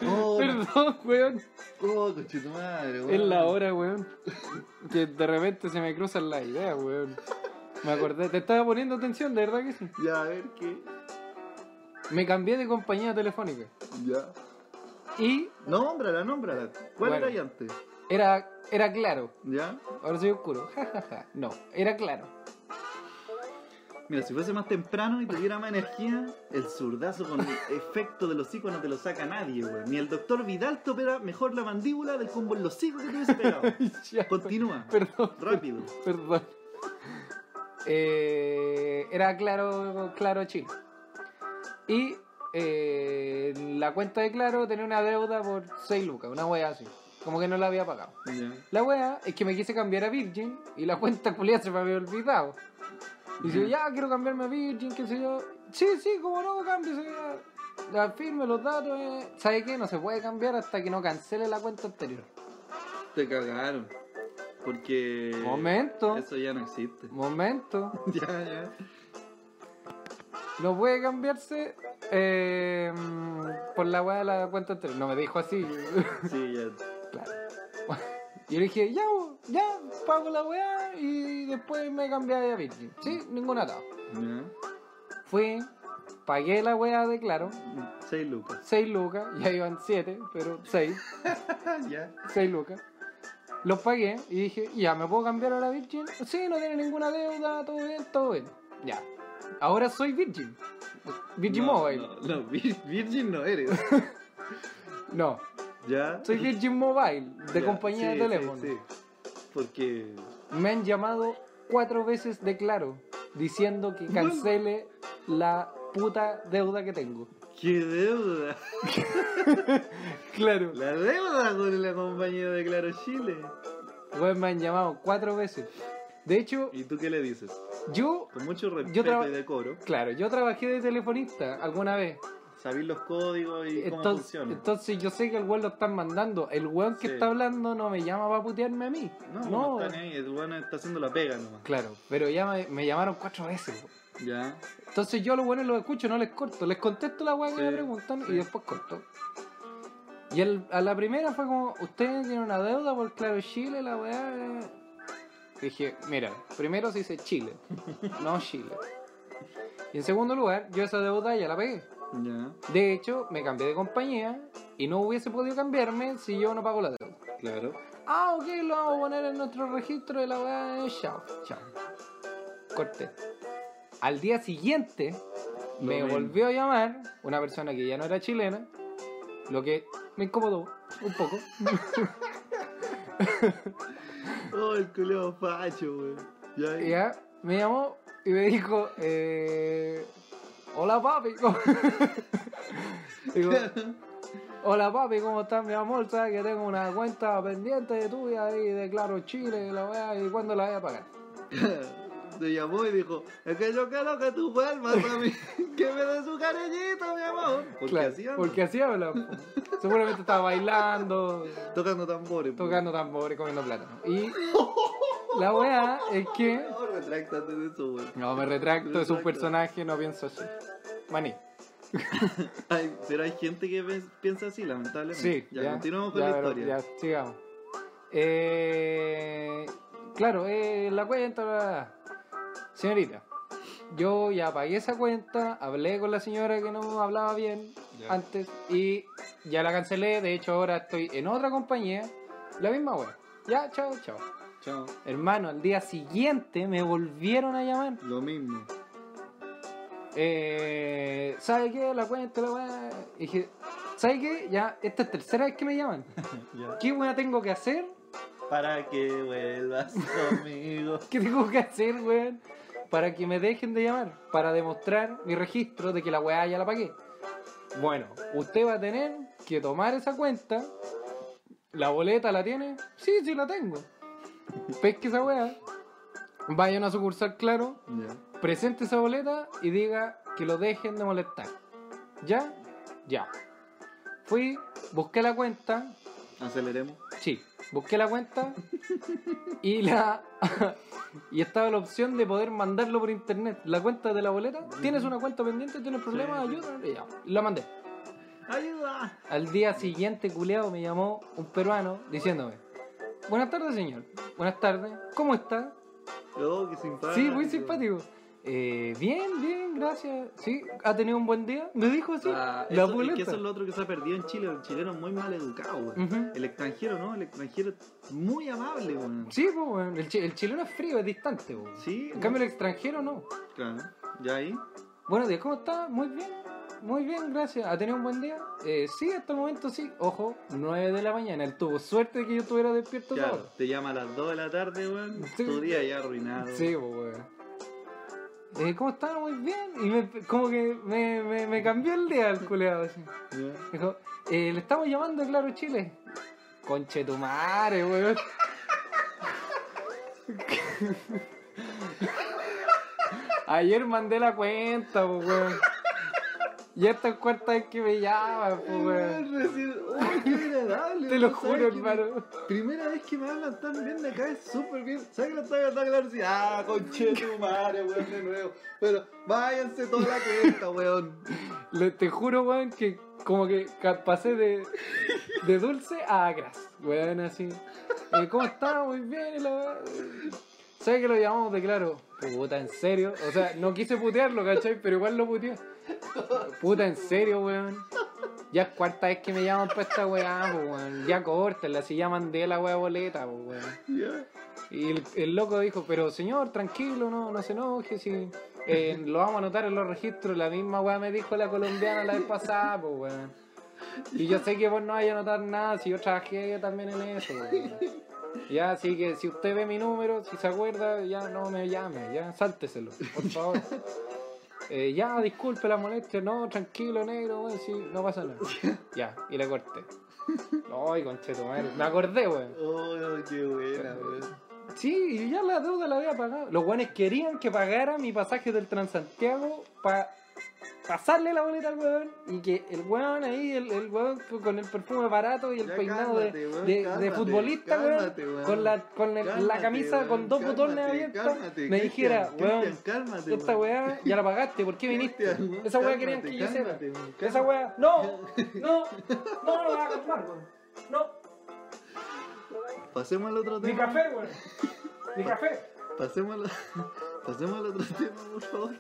[SPEAKER 4] Oh,
[SPEAKER 3] Perdón, weón.
[SPEAKER 4] oh conchetumadre, weón.
[SPEAKER 3] Es la hora, weón. Que de repente se me cruzan las ideas, weón. Me acordé, te estaba poniendo atención, de verdad que sí.
[SPEAKER 4] Ya, a ver qué.
[SPEAKER 3] Me cambié de compañía telefónica.
[SPEAKER 4] Ya.
[SPEAKER 3] Y
[SPEAKER 4] Nómbrala, nómbrala. ¿Cuál
[SPEAKER 3] Bueno.
[SPEAKER 4] era ahí antes?
[SPEAKER 3] era, era claro.
[SPEAKER 4] ¿Ya?
[SPEAKER 3] Ahora soy oscuro. Ja, ja, ja. No, era claro.
[SPEAKER 4] Mira, si fuese más temprano y tuviera más energía, el zurdazo con el efecto de los hocico no te lo saca nadie, güey. Ni el doctor Vidal te opera mejor la mandíbula del combo en los hocicos que te hubiese pegado.
[SPEAKER 3] Ya,
[SPEAKER 4] Continúa.
[SPEAKER 3] Perdón,
[SPEAKER 4] Rápido.
[SPEAKER 3] perdón. Eh, era claro, claro chino. Y eh, la cuenta de claro tenía una deuda por 6 lucas, una wea así. Como que no la había pagado.
[SPEAKER 4] Ya.
[SPEAKER 3] La wea es que me quise cambiar a Virgin y la cuenta culiada se me había olvidado. Y yo,
[SPEAKER 4] Ujú.
[SPEAKER 3] ya quiero cambiarme a Virgin, qué sé yo. Sí, sí, como no, cámbiese. ya. La firme, los datos. eh. ¿Sabe qué? No se puede cambiar hasta que no cancele la cuenta anterior.
[SPEAKER 4] Te cagaron. Porque.
[SPEAKER 3] Momento,
[SPEAKER 4] Eh, Eso ya no existe.
[SPEAKER 3] momento.
[SPEAKER 4] Ya, ya.
[SPEAKER 3] No puede cambiarse eh, por la wea de la cuenta anterior. No me dijo así.
[SPEAKER 4] Sí, ya.
[SPEAKER 3] Claro. Y yo le dije, ya, bo, ya, pago la weá y después me cambié a Virgin. Sí, ningún atado.
[SPEAKER 4] Ya.
[SPEAKER 3] Fui, pagué la weá de Claro,
[SPEAKER 4] Seis lucas.
[SPEAKER 3] 6 lucas, ya iban 7, pero 6,
[SPEAKER 4] Ah, ya.
[SPEAKER 3] 6 lucas. Los pagué y dije, ya, ¿me puedo cambiar a la Virgin? Sí, no tiene ninguna deuda, todo bien, todo bien. Ya. Ahora soy Virgin. Virgin
[SPEAKER 4] No,
[SPEAKER 3] Mobile.
[SPEAKER 4] No, no, Vir- Virgin no eres.
[SPEAKER 3] No,
[SPEAKER 4] Ya.
[SPEAKER 3] soy Virgin Mobile, de
[SPEAKER 4] Ya,
[SPEAKER 3] compañía
[SPEAKER 4] sí,
[SPEAKER 3] de teléfono.
[SPEAKER 4] Sí, sí. Porque.
[SPEAKER 3] Me han llamado cuatro veces de Claro, diciendo que
[SPEAKER 4] Bueno.
[SPEAKER 3] cancele la puta deuda que tengo.
[SPEAKER 4] ¡Qué deuda!
[SPEAKER 3] Claro.
[SPEAKER 4] La deuda con la compañía de Claro Chile.
[SPEAKER 3] Weón, me han llamado cuatro veces. De hecho,
[SPEAKER 4] ¿Y tú qué le dices?
[SPEAKER 3] yo
[SPEAKER 4] Con mucho respeto
[SPEAKER 3] traba-
[SPEAKER 4] y decoro,
[SPEAKER 3] Claro, yo trabajé de telefonista alguna vez.
[SPEAKER 4] sabéis los códigos y cómo
[SPEAKER 3] Entonces,
[SPEAKER 4] funciona.
[SPEAKER 3] entonces yo sé que el weón lo están mandando. El weón que
[SPEAKER 4] Sí.
[SPEAKER 3] está hablando no me llama para putearme a mí.
[SPEAKER 4] no,
[SPEAKER 3] No,
[SPEAKER 4] no está ni ahí, el bueno está haciendo la pega nomás.
[SPEAKER 3] Claro, pero ya me, me llamaron cuatro veces. weón.
[SPEAKER 4] Ya,
[SPEAKER 3] Entonces yo a los buenos los escucho, no les corto. Les contesto la weá que
[SPEAKER 4] Sí,
[SPEAKER 3] me preguntan
[SPEAKER 4] sí.
[SPEAKER 3] y después corto. Y el- a la primera fue como, ustedes tienen una deuda por Claro Chile, la weá. eh?". Dije, mira, primero se dice Chile, no Chile. Y en segundo lugar, yo esa deuda ya la pegué.
[SPEAKER 4] ya,
[SPEAKER 3] De hecho, me cambié de compañía y no hubiese podido cambiarme si yo no pago la deuda.
[SPEAKER 4] claro.
[SPEAKER 3] Ah, ok, lo vamos a poner en nuestro registro de la weá. eh, Chao, chao. Corté. Al día siguiente,
[SPEAKER 4] Lo
[SPEAKER 3] me
[SPEAKER 4] mismo.
[SPEAKER 3] volvió a llamar una persona que ya no era chilena, lo que me incomodó un poco.
[SPEAKER 4] Oh, el culeo facho, wey. Ya,
[SPEAKER 3] Y ya me llamó y me dijo, eh, hola papi. ¿cómo-" Digo, hola papi, ¿cómo estás mi amor? Sabes que tengo una cuenta pendiente de tuya ahí de Claro Chile, la voy a- y cuándo la voy a pagar.
[SPEAKER 4] Te llamó y dijo, es que yo quiero que tú vuelvas a mí, que me des un cariñito, mi amor. Porque
[SPEAKER 3] Claro,
[SPEAKER 4] así anda,
[SPEAKER 3] porque así habla. po. Seguramente estaba bailando,
[SPEAKER 4] tocando tambores. po.
[SPEAKER 3] tocando tambores, comiendo plátano. Y la weá es que.
[SPEAKER 4] No, retráctate de eso, wey.
[SPEAKER 3] No, me retracto, es un
[SPEAKER 4] Retracta.
[SPEAKER 3] personaje, no pienso así. Maní.
[SPEAKER 4] Ay, pero hay gente que ves- piensa así, lamentablemente.
[SPEAKER 3] Sí,
[SPEAKER 4] ya, continuamos con
[SPEAKER 3] ya,
[SPEAKER 4] la
[SPEAKER 3] pero-
[SPEAKER 4] historia.
[SPEAKER 3] Ya, sigamos. Eh, claro, eh, la cuenta. bla, bla, bla. Señorita, yo ya pagué esa cuenta, hablé con la señora que no hablaba bien
[SPEAKER 4] Ya.
[SPEAKER 3] antes y ya la cancelé. De hecho, ahora estoy en otra compañía, la misma web. Ya, chao, chao.
[SPEAKER 4] Chao.
[SPEAKER 3] Hermano, al día siguiente me volvieron a llamar.
[SPEAKER 4] Lo mismo.
[SPEAKER 3] Eh, ¿Sabe qué? La cuenta, la weá. Y dije, ¿sabe qué? Ya, esta es tercera vez que me llaman.
[SPEAKER 4] Ya.
[SPEAKER 3] ¿Qué weá tengo que hacer?
[SPEAKER 4] Para que vuelvas conmigo.
[SPEAKER 3] ¿Qué tengo que hacer, weón? Para que me dejen de llamar. Para demostrar mi registro de que la weá ya la pagué. Bueno, usted va a tener que tomar esa cuenta. ¿La boleta la tiene? Sí, sí la tengo. Pesque esa weá. Vayan a sucursal, claro.
[SPEAKER 4] Ya.
[SPEAKER 3] presente esa boleta y diga que lo dejen de molestar. ¿Ya? Ya. Fui, busqué la cuenta,
[SPEAKER 4] Aceleremos.
[SPEAKER 3] sí, busqué la cuenta y la y estaba la opción de poder mandarlo por internet. La cuenta de la boleta, tienes una cuenta pendiente, tienes problemas,
[SPEAKER 4] Sí.
[SPEAKER 3] ayuda, y ya. Y la mandé.
[SPEAKER 4] ¡Ayuda!
[SPEAKER 3] Al día siguiente, culeado, me llamó un peruano diciéndome: Buenas tardes, señor. Buenas tardes. ¿Cómo está?
[SPEAKER 4] Oh, qué simpático.
[SPEAKER 3] Sí, muy simpático. Eh, bien, bien, gracias. Sí, ha tenido un buen día. Me dijo así.
[SPEAKER 4] Ah,
[SPEAKER 3] la
[SPEAKER 4] eso- es que
[SPEAKER 3] puleta.
[SPEAKER 4] eso es lo otro que se ha perdido en Chile. El chileno es muy mal educado, weón.
[SPEAKER 3] Ujú.
[SPEAKER 4] El extranjero, ¿no? El extranjero es muy amable, weón.
[SPEAKER 3] Sí, pues, weón, el, chi- el chileno es frío, es distante. weón.
[SPEAKER 4] Sí,
[SPEAKER 3] En cambio, el extranjero no.
[SPEAKER 4] claro. Ya ahí.
[SPEAKER 3] Buenos días, ¿cómo está? Muy bien, muy bien, gracias. ¿Ha tenido un buen día? Eh, sí, hasta el momento sí. Ojo, 9 de la mañana. Él tuvo suerte de que yo estuviera despierto
[SPEAKER 4] Claro,
[SPEAKER 3] ahora.
[SPEAKER 4] te llama a las 2 de la tarde, weón.
[SPEAKER 3] Sí.
[SPEAKER 4] Tu día ya arruinado.
[SPEAKER 3] Sí, pues, weón. Eh, ¿Cómo está? Muy bien. Y me, como que me, me, me cambió el día el culeado. Así.
[SPEAKER 4] Ya.
[SPEAKER 3] Dijo, eh, le estamos llamando a Claro Chile. Conche tu madre, weón. Ayer mandé la cuenta, po, weón. Y esta es cuarta vez que me llaman, po, Oh, weón.
[SPEAKER 4] Weón, recién- ¡Oh, qué agradable!
[SPEAKER 3] Te lo
[SPEAKER 4] weón! ¿Sabes
[SPEAKER 3] juro,
[SPEAKER 4] que
[SPEAKER 3] hermano.
[SPEAKER 4] me- Primera vez que me hablan tan bien de acá es súper bien. ¿Sabes que la estaba acá claro? Sí, ah, conche tu madre, weón, de nuevo. Pero váyanse toda la cuenta, weón.
[SPEAKER 3] Le- te juro, weón, que como que ca- pasé de, de dulce a gras, weón, así. Eh, ¿Cómo está? Muy bien, y la weá. ¿Sabes que lo llamamos de claro? Puta, en serio. O sea, no quise putearlo, ¿cachai? Pero igual lo puteé. Puta, en serio, weón. Ya es cuarta vez que me llaman para esta weá, po, weón. Ya córtenla, si llaman de la weá boleta, po, weón.
[SPEAKER 4] Ya.
[SPEAKER 3] Y el, el loco dijo, pero señor, tranquilo, no, no se enoje, si eh, lo vamos a anotar en los registros, la misma weá me dijo la colombiana la vez pasada, pues weón. Y yo sé que vos no vais a anotar nada, si yo trabajé también en eso, weón. Ya, así que si usted ve mi número, si se acuerda, ya no me llame, ya, sálteselo, por favor. Eh, ya, disculpe la molestia, no, tranquilo, negro, weón, sí, no pasa nada. Ya, y le corté. Ay, conchetumadre, me acordé, weón.
[SPEAKER 4] Oh, qué buena, weón.
[SPEAKER 3] Sí, y ya la deuda la había pagado. Los guanes querían que pagara mi pasaje del Transantiago para pasarle la boleta al weón y que el weón ahí, el, el weón con el perfume barato y el
[SPEAKER 4] Ya
[SPEAKER 3] peinado de-
[SPEAKER 4] cálmate, weón,
[SPEAKER 3] de, de
[SPEAKER 4] cálmate,
[SPEAKER 3] futbolista, weón,
[SPEAKER 4] cálmate, weón.
[SPEAKER 3] con la, con el- la
[SPEAKER 4] Cálmate,
[SPEAKER 3] camisa
[SPEAKER 4] weón,
[SPEAKER 3] con dos
[SPEAKER 4] cálmate,
[SPEAKER 3] botones abiertos,
[SPEAKER 4] cálmate,
[SPEAKER 3] me
[SPEAKER 4] Cristian,
[SPEAKER 3] dijera,
[SPEAKER 4] Cristian,
[SPEAKER 3] weón,
[SPEAKER 4] cálmate,
[SPEAKER 3] esta
[SPEAKER 4] weón.
[SPEAKER 3] weá ya la pagaste, ¿por qué viniste?
[SPEAKER 4] Cristian, weón,
[SPEAKER 3] Esa weá
[SPEAKER 4] cálmate,
[SPEAKER 3] querían que yo hiciera.
[SPEAKER 4] cálmate, weón,
[SPEAKER 3] Esa
[SPEAKER 4] cálmate.
[SPEAKER 3] weá, no, no, no lo vas a comprar, weón. No,
[SPEAKER 4] Pasemos al otro
[SPEAKER 3] mi
[SPEAKER 4] tema.
[SPEAKER 3] café, weón. Mi café.
[SPEAKER 4] Pasemos al, pasemos al otro tema, por favor.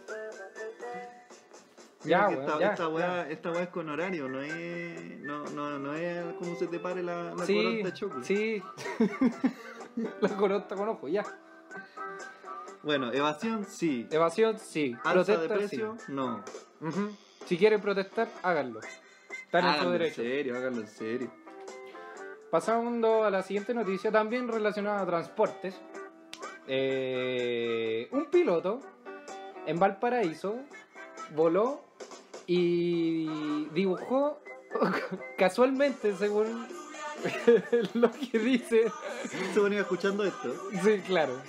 [SPEAKER 3] Ya,
[SPEAKER 4] Mira que
[SPEAKER 3] weón,
[SPEAKER 4] esta,
[SPEAKER 3] ya,
[SPEAKER 4] esta weá, esta weá es con horario, no es, no, no, no es como se te pare la, la
[SPEAKER 3] sí,
[SPEAKER 4] coronta choco.
[SPEAKER 3] sí. la coronta con ojo, ya.
[SPEAKER 4] Bueno, evasión sí.
[SPEAKER 3] Evasión, sí.
[SPEAKER 4] Alza de
[SPEAKER 3] Eh, Protesta,
[SPEAKER 4] precio, no.
[SPEAKER 3] sí. Ujú. Si quieren protestar, háganlo. Están en su
[SPEAKER 4] Háganlo en
[SPEAKER 3] derecho.
[SPEAKER 4] serio, háganlo en serio.
[SPEAKER 3] Pasando a la siguiente noticia, también relacionada a transportes. Eh, un piloto en Valparaíso voló y dibujó casualmente, según lo que dice
[SPEAKER 4] Se venía escuchando esto.
[SPEAKER 3] Sí, claro.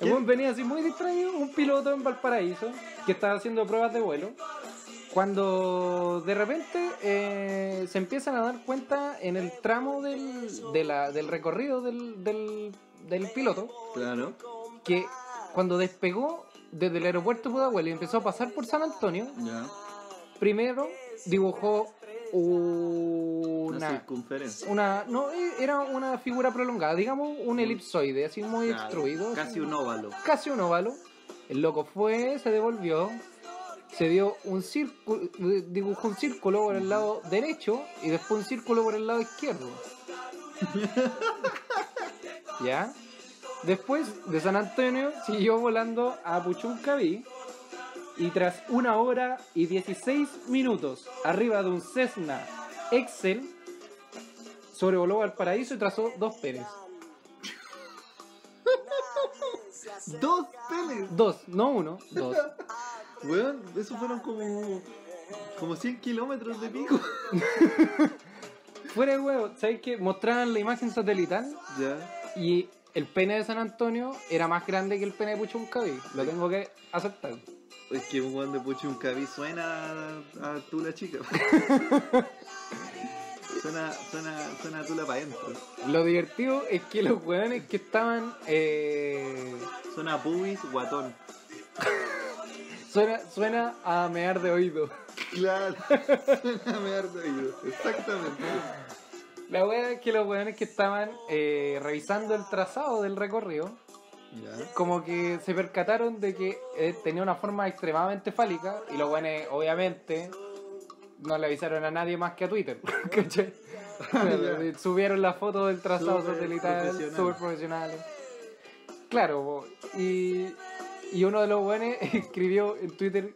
[SPEAKER 3] El
[SPEAKER 4] ¿Qué?
[SPEAKER 3] weón venía así muy distraído, un piloto en Valparaíso que estaba haciendo pruebas de vuelo. Cuando de repente eh, se empiezan a dar cuenta en el tramo del, de la- del recorrido del, del, del piloto
[SPEAKER 4] Claro.
[SPEAKER 3] que cuando despegó desde el aeropuerto de Pudahuel y empezó a pasar por San Antonio,
[SPEAKER 4] Ya.
[SPEAKER 3] primero dibujó
[SPEAKER 4] Una
[SPEAKER 3] una
[SPEAKER 4] circunferencia.
[SPEAKER 3] una no eh, era una figura prolongada digamos un elipsoide así muy
[SPEAKER 4] Claro,
[SPEAKER 3] extruido
[SPEAKER 4] Casi
[SPEAKER 3] así,
[SPEAKER 4] un óvalo.
[SPEAKER 3] casi un óvalo el loco fue se devolvió se dio un círculo eh, dibujó un círculo por el lado derecho y después un círculo por el lado izquierdo ya después de San Antonio siguió volando a Puchuncaví y tras una hora y 16 minutos arriba de un Cessna Excel sobrevoló Valparaíso y trazó dos Pérez.
[SPEAKER 4] ¡Dos peles!
[SPEAKER 3] Dos, no uno, dos.
[SPEAKER 4] Weón, eso fueron como. como 100 kilómetros de pico.
[SPEAKER 3] Fuera de huevo, ¿sabes qué? Mostraban la imagen satelital
[SPEAKER 4] Ya.
[SPEAKER 3] y el pene de San Antonio era más grande que el pene de Puchuncaví. Lo tengo que aceptar.
[SPEAKER 4] Es que un weón de Puchuncaví suena a, a Tula Chica. suena, suena, suena a Tula para adentro.
[SPEAKER 3] Lo divertido es que los hueones que estaban. eh,
[SPEAKER 4] Suena a Pubis Guatón.
[SPEAKER 3] suena, suena a mear de oído.
[SPEAKER 4] Claro, suena maravilloso. Exactamente.
[SPEAKER 3] La wea es que los weones que estaban eh, revisando el trazado del recorrido,
[SPEAKER 4] Ya.
[SPEAKER 3] como que se percataron de que eh, tenía una forma extremadamente fálica y los weones, obviamente, no le avisaron a nadie más que a Twitter. ¿cachai?
[SPEAKER 4] Ya.
[SPEAKER 3] Subieron la foto del trazado
[SPEAKER 4] Súper
[SPEAKER 3] satelital,
[SPEAKER 4] profesional.
[SPEAKER 3] súper profesionales. Claro, po, y, y uno de los weones escribió en Twitter: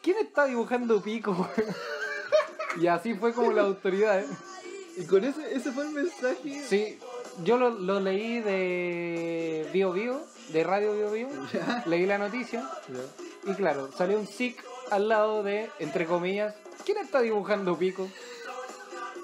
[SPEAKER 3] ¿Quién está dibujando pico? y así fue como la autoridad.
[SPEAKER 4] Y con ese, ese fue el mensaje.
[SPEAKER 3] Sí, yo lo, lo leí de Bio Bio, de Radio Bio Bio,
[SPEAKER 4] Ya.
[SPEAKER 3] leí la noticia
[SPEAKER 4] Ya.
[SPEAKER 3] y claro, salió un SIC al lado de, entre comillas, ¿quién está dibujando pico?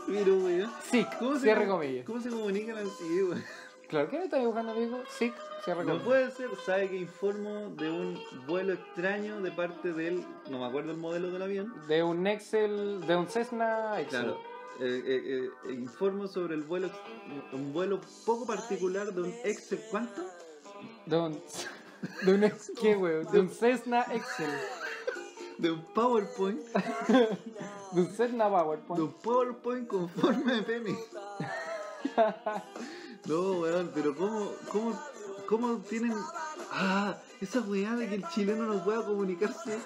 [SPEAKER 4] Mira, weón.
[SPEAKER 3] SIC,
[SPEAKER 4] ¿Cómo se,
[SPEAKER 3] cierre
[SPEAKER 4] com-
[SPEAKER 3] comillas.
[SPEAKER 4] ¿Cómo se comunican así, weón?
[SPEAKER 3] Claro, ¿quién está dibujando pico? SIC, cierre
[SPEAKER 4] No
[SPEAKER 3] comillas.
[SPEAKER 4] puede ser, sabe que informo de un vuelo extraño de parte del, no me acuerdo el modelo del avión.
[SPEAKER 3] De un Excel, de un Cessna Excel.
[SPEAKER 4] Claro, eh, eh, eh, informo sobre el vuelo, ex- un vuelo poco particular de un Excel, ¿cuánto?
[SPEAKER 3] De un... De un ex- ¿qué, weón? De un Cessna Excel.
[SPEAKER 4] De un PowerPoint,
[SPEAKER 3] De un Cessna
[SPEAKER 4] de
[SPEAKER 3] PowerPoint.
[SPEAKER 4] un PowerPoint con forma de pene. No, weón, pero ¿cómo, cómo, cómo tienen... Ah, esa weá de que el chileno no pueda comunicarse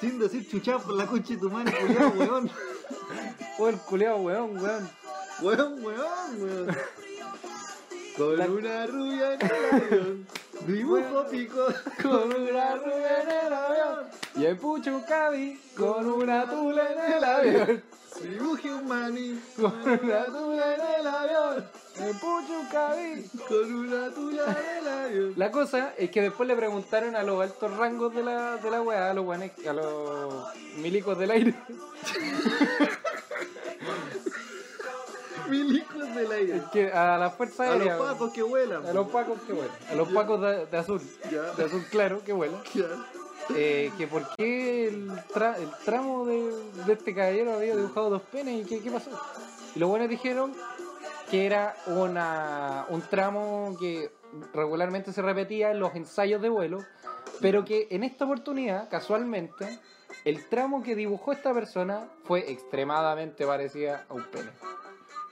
[SPEAKER 4] sin decir chuchá por la concha de tu madre, culiao, weón.
[SPEAKER 3] Oh, el culeado, weón, weón.
[SPEAKER 4] Weón, weón, weón. Con
[SPEAKER 3] La-
[SPEAKER 4] una rubia en el avión. Dibujo
[SPEAKER 3] Weón.
[SPEAKER 4] pico.
[SPEAKER 3] Con una rubia en el avión. Y el pucho cabi con una tula en el avión.
[SPEAKER 4] Dibuje un maní.
[SPEAKER 3] Con una tula en el avión. El pucho cabi.
[SPEAKER 4] Con una tula en el avión.
[SPEAKER 3] La cosa es que después le preguntaron a los altos rangos de la, de la weá, a los, guanes- a los milicos del aire.
[SPEAKER 4] Milicos del aire.
[SPEAKER 3] Que a la fuerza
[SPEAKER 4] A
[SPEAKER 3] aérea.
[SPEAKER 4] los pacos que vuelan.
[SPEAKER 3] a los pacos que vuelan. A los pacos de, de azul.
[SPEAKER 4] Ya.
[SPEAKER 3] De azul claro que vuelan.
[SPEAKER 4] Ya.
[SPEAKER 3] Eh, que por qué el, tra- el tramo de, de este caballero había dibujado dos penes y qué, qué pasó. Y los buenos dijeron que era una, un tramo que regularmente se repetía en los ensayos de vuelo, pero que en esta oportunidad, casualmente, el tramo que dibujó esta persona fue extremadamente parecida a un pene.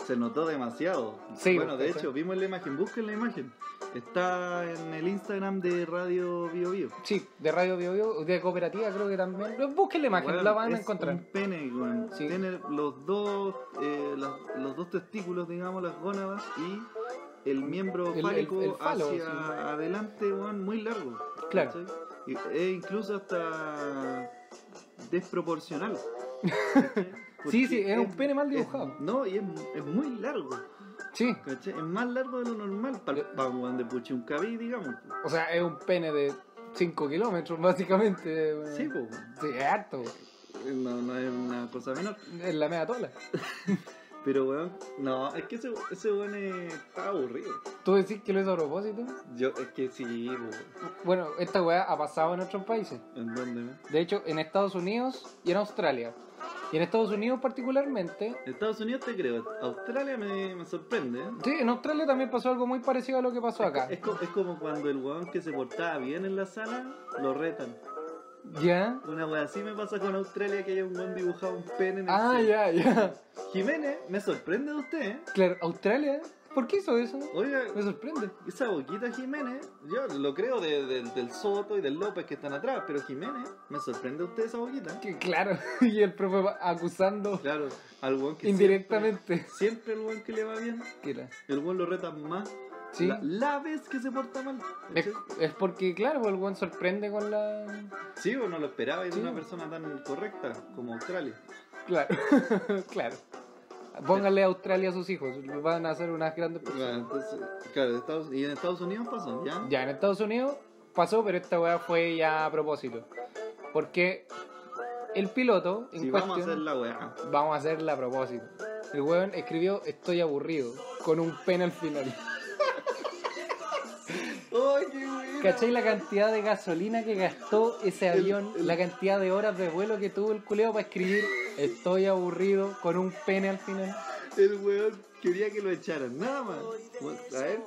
[SPEAKER 4] Se notó demasiado.
[SPEAKER 3] Sí,
[SPEAKER 4] bueno, de
[SPEAKER 3] ¿cachai?
[SPEAKER 4] hecho, vimos la imagen. Busquen la imagen. Está en el Instagram de Radio Bio Bio.
[SPEAKER 3] Sí, de Radio Bio Bio, de Cooperativa creo que también. Busquen la imagen,
[SPEAKER 4] Weón,
[SPEAKER 3] la van a
[SPEAKER 4] es
[SPEAKER 3] encontrar.
[SPEAKER 4] Un pene, weón.
[SPEAKER 3] Sí.
[SPEAKER 4] Tiene los dos, eh, las- los dos testículos, digamos, las gónadas y el miembro
[SPEAKER 3] El- el-
[SPEAKER 4] fálico
[SPEAKER 3] el falo,
[SPEAKER 4] hacia
[SPEAKER 3] sí.
[SPEAKER 4] adelante, weón, muy largo.
[SPEAKER 3] Claro.
[SPEAKER 4] ¿cachai? Y- E incluso hasta desproporcional. ¿cachai?
[SPEAKER 3] Sí,
[SPEAKER 4] Porque
[SPEAKER 3] sí, es un pene mal
[SPEAKER 4] es-
[SPEAKER 3] dibujado.
[SPEAKER 4] no, y es, es muy largo.
[SPEAKER 3] Sí,
[SPEAKER 4] ¿cachai? Es más largo de lo normal
[SPEAKER 3] Eh.
[SPEAKER 4] para un weón de Puchuncaví, digamos.
[SPEAKER 3] o sea, es un pene de 5 kilómetros, básicamente. weón.
[SPEAKER 4] Sí, po, weón.
[SPEAKER 3] Sí, es harto.
[SPEAKER 4] no, no es una cosa menor.
[SPEAKER 3] Es la media tola.
[SPEAKER 4] Pero weón, no, es que ese, ese weón eh, está aburrido.
[SPEAKER 3] ¿Tú decís que lo hizo a propósito?
[SPEAKER 4] Yo, es que sí, weón.
[SPEAKER 3] Bueno, esta weá ha pasado en otros países.
[SPEAKER 4] ¿En dónde? no?
[SPEAKER 3] De hecho, en Estados Unidos y en Australia. Y en Estados Unidos particularmente.
[SPEAKER 4] Estados Unidos te creo, Australia me, me sorprende, ¿eh?
[SPEAKER 3] Sí, en Australia también pasó algo muy parecido a lo que pasó acá.
[SPEAKER 4] Es, co- es como cuando el weón que se portaba bien en la sala, lo retan.
[SPEAKER 3] ¿Ya?
[SPEAKER 4] Una weón así me pasa con Australia que haya un weón dibujado un pene en el
[SPEAKER 3] Ah,
[SPEAKER 4] cielo.
[SPEAKER 3] ya, ya.
[SPEAKER 4] Jiménez, me sorprende de usted, ¿eh?
[SPEAKER 3] Claro, Australia, ¿por qué hizo eso?
[SPEAKER 4] Oiga,
[SPEAKER 3] Me sorprende.
[SPEAKER 4] esa boquita Jiménez, yo lo creo de- de- del Soto y del López que están atrás, pero Jiménez, me sorprende usted esa boquita.
[SPEAKER 3] Que claro, y el profe va acusando
[SPEAKER 4] Claro, al weón que
[SPEAKER 3] indirectamente.
[SPEAKER 4] Siempre, siempre el weón que le va bien,
[SPEAKER 3] ¿Qué era?
[SPEAKER 4] el weón lo reta más.
[SPEAKER 3] Sí.
[SPEAKER 4] La, la vez que se porta mal.
[SPEAKER 3] Es,
[SPEAKER 4] ¿cachai?
[SPEAKER 3] es porque, claro, el buen sorprende con la.
[SPEAKER 4] Sí, vos no lo esperaba y de
[SPEAKER 3] Sí.
[SPEAKER 4] una persona tan correcta como Australia.
[SPEAKER 3] Claro, claro. Póngale Australia a sus hijos, van a ser unas grandes
[SPEAKER 4] Bueno,
[SPEAKER 3] personas.
[SPEAKER 4] entonces, claro, Estados- y en Estados Unidos pasó, ¿ya?
[SPEAKER 3] Ya en Estados Unidos pasó, pero esta weá fue ya a propósito. Porque el piloto, en
[SPEAKER 4] Y vamos a
[SPEAKER 3] cuestión,
[SPEAKER 4] hacer la weá.
[SPEAKER 3] vamos a hacerla a propósito. El weón escribió Estoy aburrido, con un pen al final.
[SPEAKER 4] ¡Ay, qué buena!
[SPEAKER 3] ¿Cachai la cantidad de gasolina que gastó ese
[SPEAKER 4] El-
[SPEAKER 3] avión?
[SPEAKER 4] el-
[SPEAKER 3] La cantidad de horas de vuelo que tuvo el culeo para escribir Estoy aburrido, con un pene al final.
[SPEAKER 4] El weón quería que lo echaran, nada más. Bueno, A ver,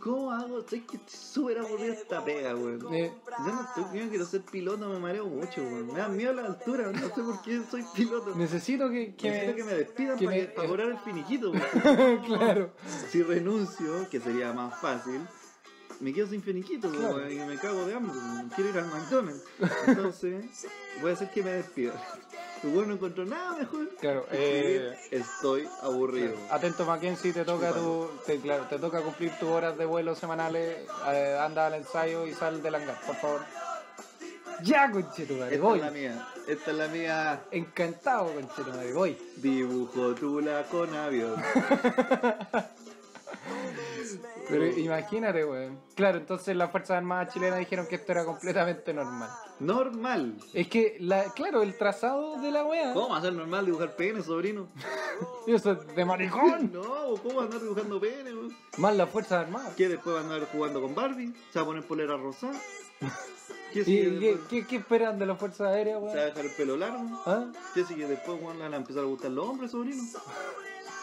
[SPEAKER 4] ¿cómo hago, sé que estoy súper aburrido de esta pega, weón.
[SPEAKER 3] Eh,
[SPEAKER 4] Yo no estoy, yo no quiero ser piloto, me mareo mucho, weón. Me da miedo la altura, no sé por qué soy piloto.
[SPEAKER 3] necesito que, que
[SPEAKER 4] Necesito
[SPEAKER 3] me...
[SPEAKER 4] que me despidan
[SPEAKER 3] que
[SPEAKER 4] para,
[SPEAKER 3] me-
[SPEAKER 4] que- para cobrar el finiquito, weón.
[SPEAKER 3] claro.
[SPEAKER 4] Si renuncio, que sería más fácil, me quedo sin finiquito
[SPEAKER 3] Claro.
[SPEAKER 4] weón, y me cago de hambre. weón. Quiero ir al McDonald's. Entonces, voy a hacer que me despidan. Tu weón no encontró nada mejor.
[SPEAKER 3] Claro,
[SPEAKER 4] que
[SPEAKER 3] eh,
[SPEAKER 4] escribir, Estoy aburrido.
[SPEAKER 3] Atento Mackenzie, te toca
[SPEAKER 4] Chupa.
[SPEAKER 3] tu, te, claro, te toca cumplir tus horas de vuelo semanales, eh, anda al ensayo y sal del hangar, por favor. Ya, conchetumare,
[SPEAKER 4] Esta
[SPEAKER 3] voy.
[SPEAKER 4] es la mía. Esta es la mía.
[SPEAKER 3] Encantado, conchetumare, voy.
[SPEAKER 4] Dibujo tula con avión.
[SPEAKER 3] Pero imagínate, weón. Claro, entonces las Fuerzas Armadas chilenas dijeron que esto era completamente normal.
[SPEAKER 4] Normal.
[SPEAKER 3] Es que, la, claro, el trazado de la weá,
[SPEAKER 4] ¿Cómo hacer normal dibujar pene, sobrino?
[SPEAKER 3] eso es de maricón.
[SPEAKER 4] No, ¿cómo andar dibujando pene? weón?
[SPEAKER 3] Más las Fuerzas Armadas.
[SPEAKER 4] ¿Qué después va a andar jugando con Barbie? ¿Se va a poner polera rosa? ¿Qué
[SPEAKER 3] ¿Y
[SPEAKER 4] sigue
[SPEAKER 3] qué,
[SPEAKER 4] después?
[SPEAKER 3] qué- qué esperan de las Fuerzas Aéreas,
[SPEAKER 4] ¿Se va a
[SPEAKER 3] weón?
[SPEAKER 4] dejar el pelo largo?
[SPEAKER 3] ¿Ah?
[SPEAKER 4] ¿Qué sigue después, Juan? ¿Le van a empezar a gustar los hombres, sobrino?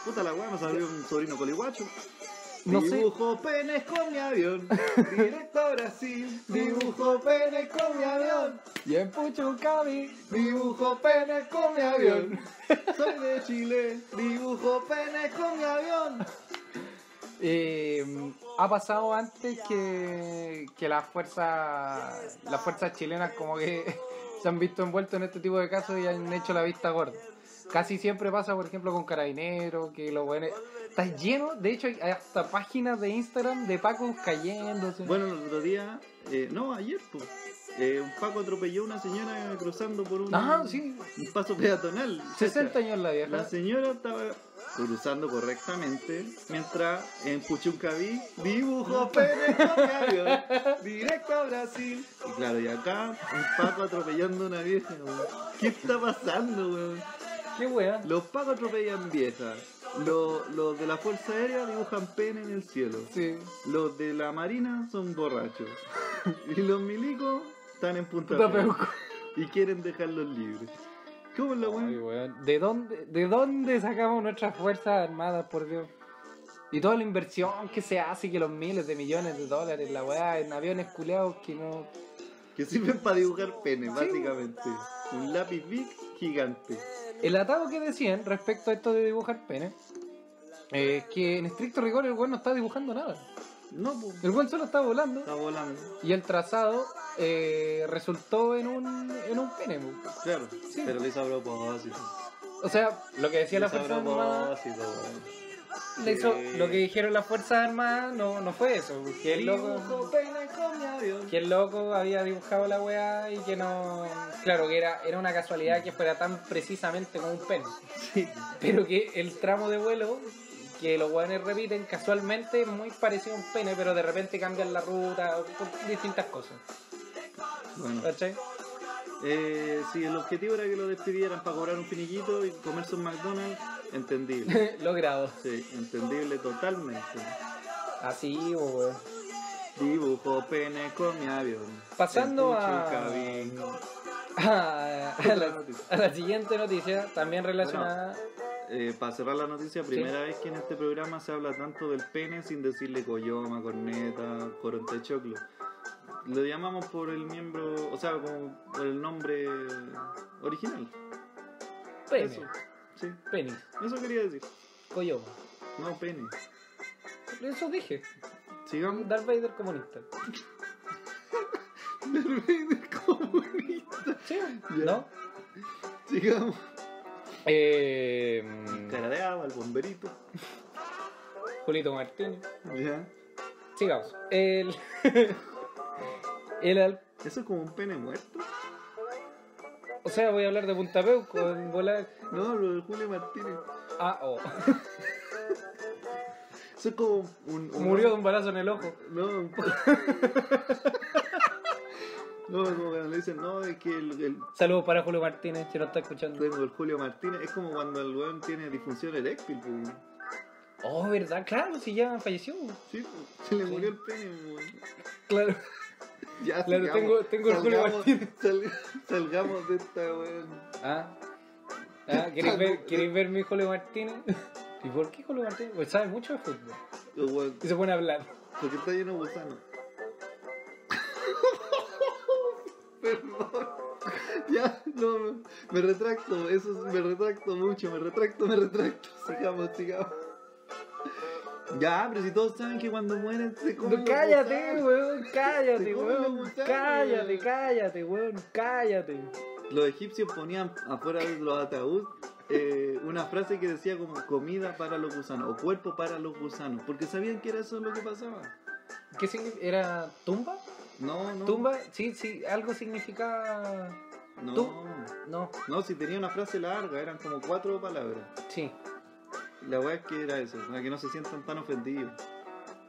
[SPEAKER 4] Puta la weá, nos salió un sobrino colihuacho.
[SPEAKER 3] No sé.
[SPEAKER 4] Dibujo penes con mi avión, directo a Brasil. Dibujo penes con mi avión,
[SPEAKER 3] Y en Puchucavi.
[SPEAKER 4] dibujo penes con mi avión. Soy de Chile, dibujo penes con mi avión.
[SPEAKER 3] Eh, ha pasado antes que, que las fuerzas las fuerzas chilenas como que se han visto envueltos en este tipo de casos y han hecho la vista gorda. Casi siempre pasa, por ejemplo, con carabineros, que los buenos... Está lleno, de hecho, hay hasta páginas de Instagram de Pacos cayéndose.
[SPEAKER 4] Bueno, el otro día, eh, no, ayer, pues, eh, un Paco atropelló a una señora cruzando por un,
[SPEAKER 3] ah, sí,
[SPEAKER 4] un paso peatonal.
[SPEAKER 3] 60 años la
[SPEAKER 4] La
[SPEAKER 3] vieja.
[SPEAKER 4] señora estaba cruzando correctamente mientras en Puchuncaví dibujo pene con mi avión directo a Brasil. Y claro, y acá un paco atropellando a una vieja, weón. ¿Qué está pasando, weón?
[SPEAKER 3] Qué wea.
[SPEAKER 4] Los pacos atropellan viejas. Los, los de la Fuerza Aérea dibujan pene en el cielo.
[SPEAKER 3] Sí.
[SPEAKER 4] Los de la Marina son borrachos. Y los milicos están en Punta
[SPEAKER 3] Puta
[SPEAKER 4] Arenas
[SPEAKER 3] peuco.
[SPEAKER 4] Y quieren dejarlos libres. ¿Cómo es la weón?
[SPEAKER 3] Ay, weón. ¿De dónde, ¿De dónde sacamos nuestras fuerzas armadas, por Dios? Y toda la inversión que se hace, que los miles de millones de dólares, la weá, en aviones culeados que no.
[SPEAKER 4] Que sirven para dibujar pene,
[SPEAKER 3] Sí.
[SPEAKER 4] básicamente. Un lápiz big gigante.
[SPEAKER 3] El atado que decían respecto a esto de dibujar pene es que en estricto rigor el weón no está dibujando nada.
[SPEAKER 4] No, pues.
[SPEAKER 3] El weón solo está volando
[SPEAKER 4] Está volando.
[SPEAKER 3] y el trazado eh, resultó en un, en un pene. po.
[SPEAKER 4] Claro,
[SPEAKER 3] Sí.
[SPEAKER 4] pero lo hizo a propósito.
[SPEAKER 3] O sea, lo que decía
[SPEAKER 4] Lo
[SPEAKER 3] la
[SPEAKER 4] hizo a
[SPEAKER 3] Fuerza Armada.
[SPEAKER 4] propósito, weón.
[SPEAKER 3] le hizo-
[SPEAKER 4] Sí.
[SPEAKER 3] lo que dijeron las Fuerzas Armadas no, no fue eso. Que el loco,
[SPEAKER 4] Dibujo pene con mi avión.
[SPEAKER 3] que el loco había dibujado la weá y que no. Claro, que era, era una casualidad que fuera tan precisamente como un pene.
[SPEAKER 4] Sí.
[SPEAKER 3] Pero que el tramo de vuelo que los weones repiten casualmente es muy parecido a un pene, pero de repente cambian la ruta, por distintas cosas.
[SPEAKER 4] Bueno,
[SPEAKER 3] ¿Cachai?
[SPEAKER 4] eh, si el objetivo era que lo despidieran para cobrar un finiquito y comerse un McDonald's, entendible.
[SPEAKER 3] Logrado.
[SPEAKER 4] Sí, entendible totalmente.
[SPEAKER 3] Así, po, weón.
[SPEAKER 4] Dibujo pene con mi avión.
[SPEAKER 3] Pasando
[SPEAKER 4] En
[SPEAKER 3] a-
[SPEAKER 4] Puchuncaví.
[SPEAKER 3] A la, a la siguiente noticia, también relacionada.
[SPEAKER 4] Eh, para cerrar la noticia, primera vez que en este programa se habla tanto del pene sin decirle coyoma, corneta, coronta de choclo. Lo llamamos por el miembro, o sea, como por el nombre original.
[SPEAKER 3] Pene.
[SPEAKER 4] Eso. Sí,
[SPEAKER 3] Penis.
[SPEAKER 4] eso quería decir.
[SPEAKER 3] Coyoma.
[SPEAKER 4] No, pene.
[SPEAKER 3] Eso dije.
[SPEAKER 4] Sigamos.
[SPEAKER 3] Darth Vader comunista. Sí, ¿no?
[SPEAKER 4] Sigamos.
[SPEAKER 3] Eh,
[SPEAKER 4] Cara de agua, el bomberito.
[SPEAKER 3] Julito Martínez.
[SPEAKER 4] Ya.
[SPEAKER 3] Sigamos. El. el al-
[SPEAKER 4] Eso es como un pene muerto.
[SPEAKER 3] o sea, voy a hablar de Punta Peuco en volar.
[SPEAKER 4] No, lo de Julio Martínez.
[SPEAKER 3] Ah, oh.
[SPEAKER 4] Eso es como un. un-
[SPEAKER 3] Murió de un balazo en el ojo.
[SPEAKER 4] No, un po- no, como cuando le dicen, no, es que el- el-
[SPEAKER 3] Saludos para Julio Martínez, que no está escuchando.
[SPEAKER 4] tengo el Julio Martínez, es como cuando el weón tiene disfunción eréctil, pues, weón.
[SPEAKER 3] Oh, ¿verdad? Claro, si ya falleció.
[SPEAKER 4] Sí, pues, se le murió el pene, weón.
[SPEAKER 3] Claro.
[SPEAKER 4] Ya,
[SPEAKER 3] Claro,
[SPEAKER 4] sigamos.
[SPEAKER 3] tengo- tengo el Julio Martínez.
[SPEAKER 4] sal- salgamos de esta, weón.
[SPEAKER 3] Ah. Ah, ¿queréis ver, queréis ver mi Julio Martínez? ¿Y por qué Julio Martínez? Pues sabe mucho de fútbol.
[SPEAKER 4] Weón,
[SPEAKER 3] Y se pone a hablar.
[SPEAKER 4] Porque está lleno de gusanos. Perdón. Ya, no, no, me retracto, eso es- me retracto mucho, me retracto, me retracto. Sigamos, sigamos. Ya, pero si todos saben que cuando mueren se comen. los
[SPEAKER 3] cállate,
[SPEAKER 4] gusanos.
[SPEAKER 3] weón,
[SPEAKER 4] Se
[SPEAKER 3] cállate,
[SPEAKER 4] comen los
[SPEAKER 3] weón.
[SPEAKER 4] gusanos,
[SPEAKER 3] Cállate,
[SPEAKER 4] weón.
[SPEAKER 3] cállate, weón, cállate.
[SPEAKER 4] Los egipcios ponían afuera de los ataúd eh, una frase que decía como comida para los gusanos o cuerpo para los gusanos, porque sabían que era eso lo que pasaba.
[SPEAKER 3] ¿Qué significa? ¿Era tumba?
[SPEAKER 4] No, no.
[SPEAKER 3] ¿Tumba? Sí, sí, algo significaba.
[SPEAKER 4] No.
[SPEAKER 3] tú. No,
[SPEAKER 4] No, si tenía una frase larga, eran como cuatro palabras.
[SPEAKER 3] sí.
[SPEAKER 4] La weá es que era eso, para que no se sientan tan ofendidos.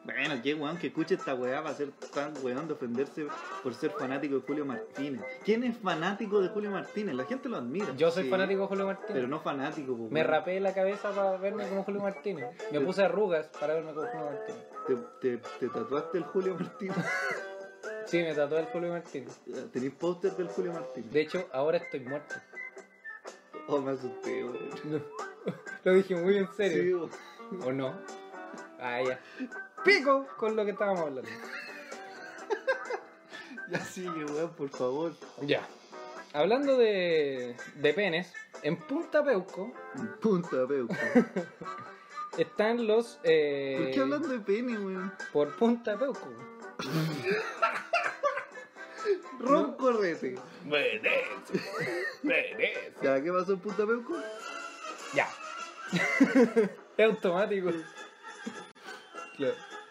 [SPEAKER 4] Bueno, qué weón que escuche esta weá va a ser tan weón de ofenderse por ser fanático de Julio Martínez. ¿Quién es fanático de Julio Martínez? La gente lo admira.
[SPEAKER 3] Yo soy
[SPEAKER 4] Sí,
[SPEAKER 3] fanático de Julio Martínez.
[SPEAKER 4] Pero no fanático, po,
[SPEAKER 3] Me
[SPEAKER 4] weón.
[SPEAKER 3] rapé la cabeza para verme como Julio Martínez. Me puse arrugas para verme como Julio Martínez.
[SPEAKER 4] Te, te- te tatuaste el Julio Martínez.
[SPEAKER 3] Sí, me tatué el Julio Martínez.
[SPEAKER 4] Tenís póster del Julio Martínez.
[SPEAKER 3] De hecho, ahora estoy muerto.
[SPEAKER 4] Oh, me asusté, weón.
[SPEAKER 3] Lo dije muy en
[SPEAKER 4] Sí,
[SPEAKER 3] serio.
[SPEAKER 4] weón.
[SPEAKER 3] ¿O no? Ah, ya. Pico con lo que estábamos hablando.
[SPEAKER 4] Ya sigue, weón, por favor.
[SPEAKER 3] Ya. Hablando de, de penes, en Punta Peuco
[SPEAKER 4] Punta, peuco.
[SPEAKER 3] están los... eh,
[SPEAKER 4] ¿Por qué hablando de pene, weón?
[SPEAKER 3] Por Punta Peuco.
[SPEAKER 4] Ron Correte. Ya, ¿qué pasó en Punta Peuco?
[SPEAKER 3] Ya. es automático.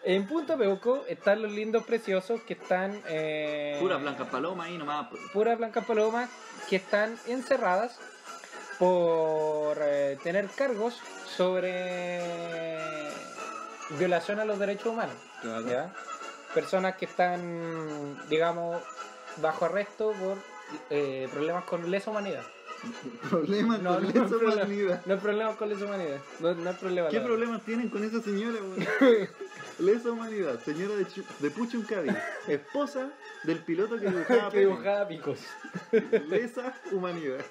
[SPEAKER 3] En Punta Peuco están los lindos preciosos que están... Eh,
[SPEAKER 4] Pura blanca paloma ahí nomás. pues.
[SPEAKER 3] puras blancas palomas que están encerradas por eh, tener cargos sobre violación a los derechos humanos. ¿ya? Personas que están, digamos, bajo arresto por eh, problemas con lesa humanidad.
[SPEAKER 4] Problemas
[SPEAKER 3] No,
[SPEAKER 4] con
[SPEAKER 3] no,
[SPEAKER 4] esa
[SPEAKER 3] no, problema.
[SPEAKER 4] humanidad.
[SPEAKER 3] No hay problemas con lesa humanidad. No, no hay problema.
[SPEAKER 4] ¿Qué
[SPEAKER 3] la
[SPEAKER 4] problemas tienen con esa señora, weón? Lesa humanidad, señora de, Chu- de Puchuncaví, esposa del piloto que dibujaba.
[SPEAKER 3] verdad. Que
[SPEAKER 4] pene.
[SPEAKER 3] dibujaba picos.
[SPEAKER 4] Lesa humanidad.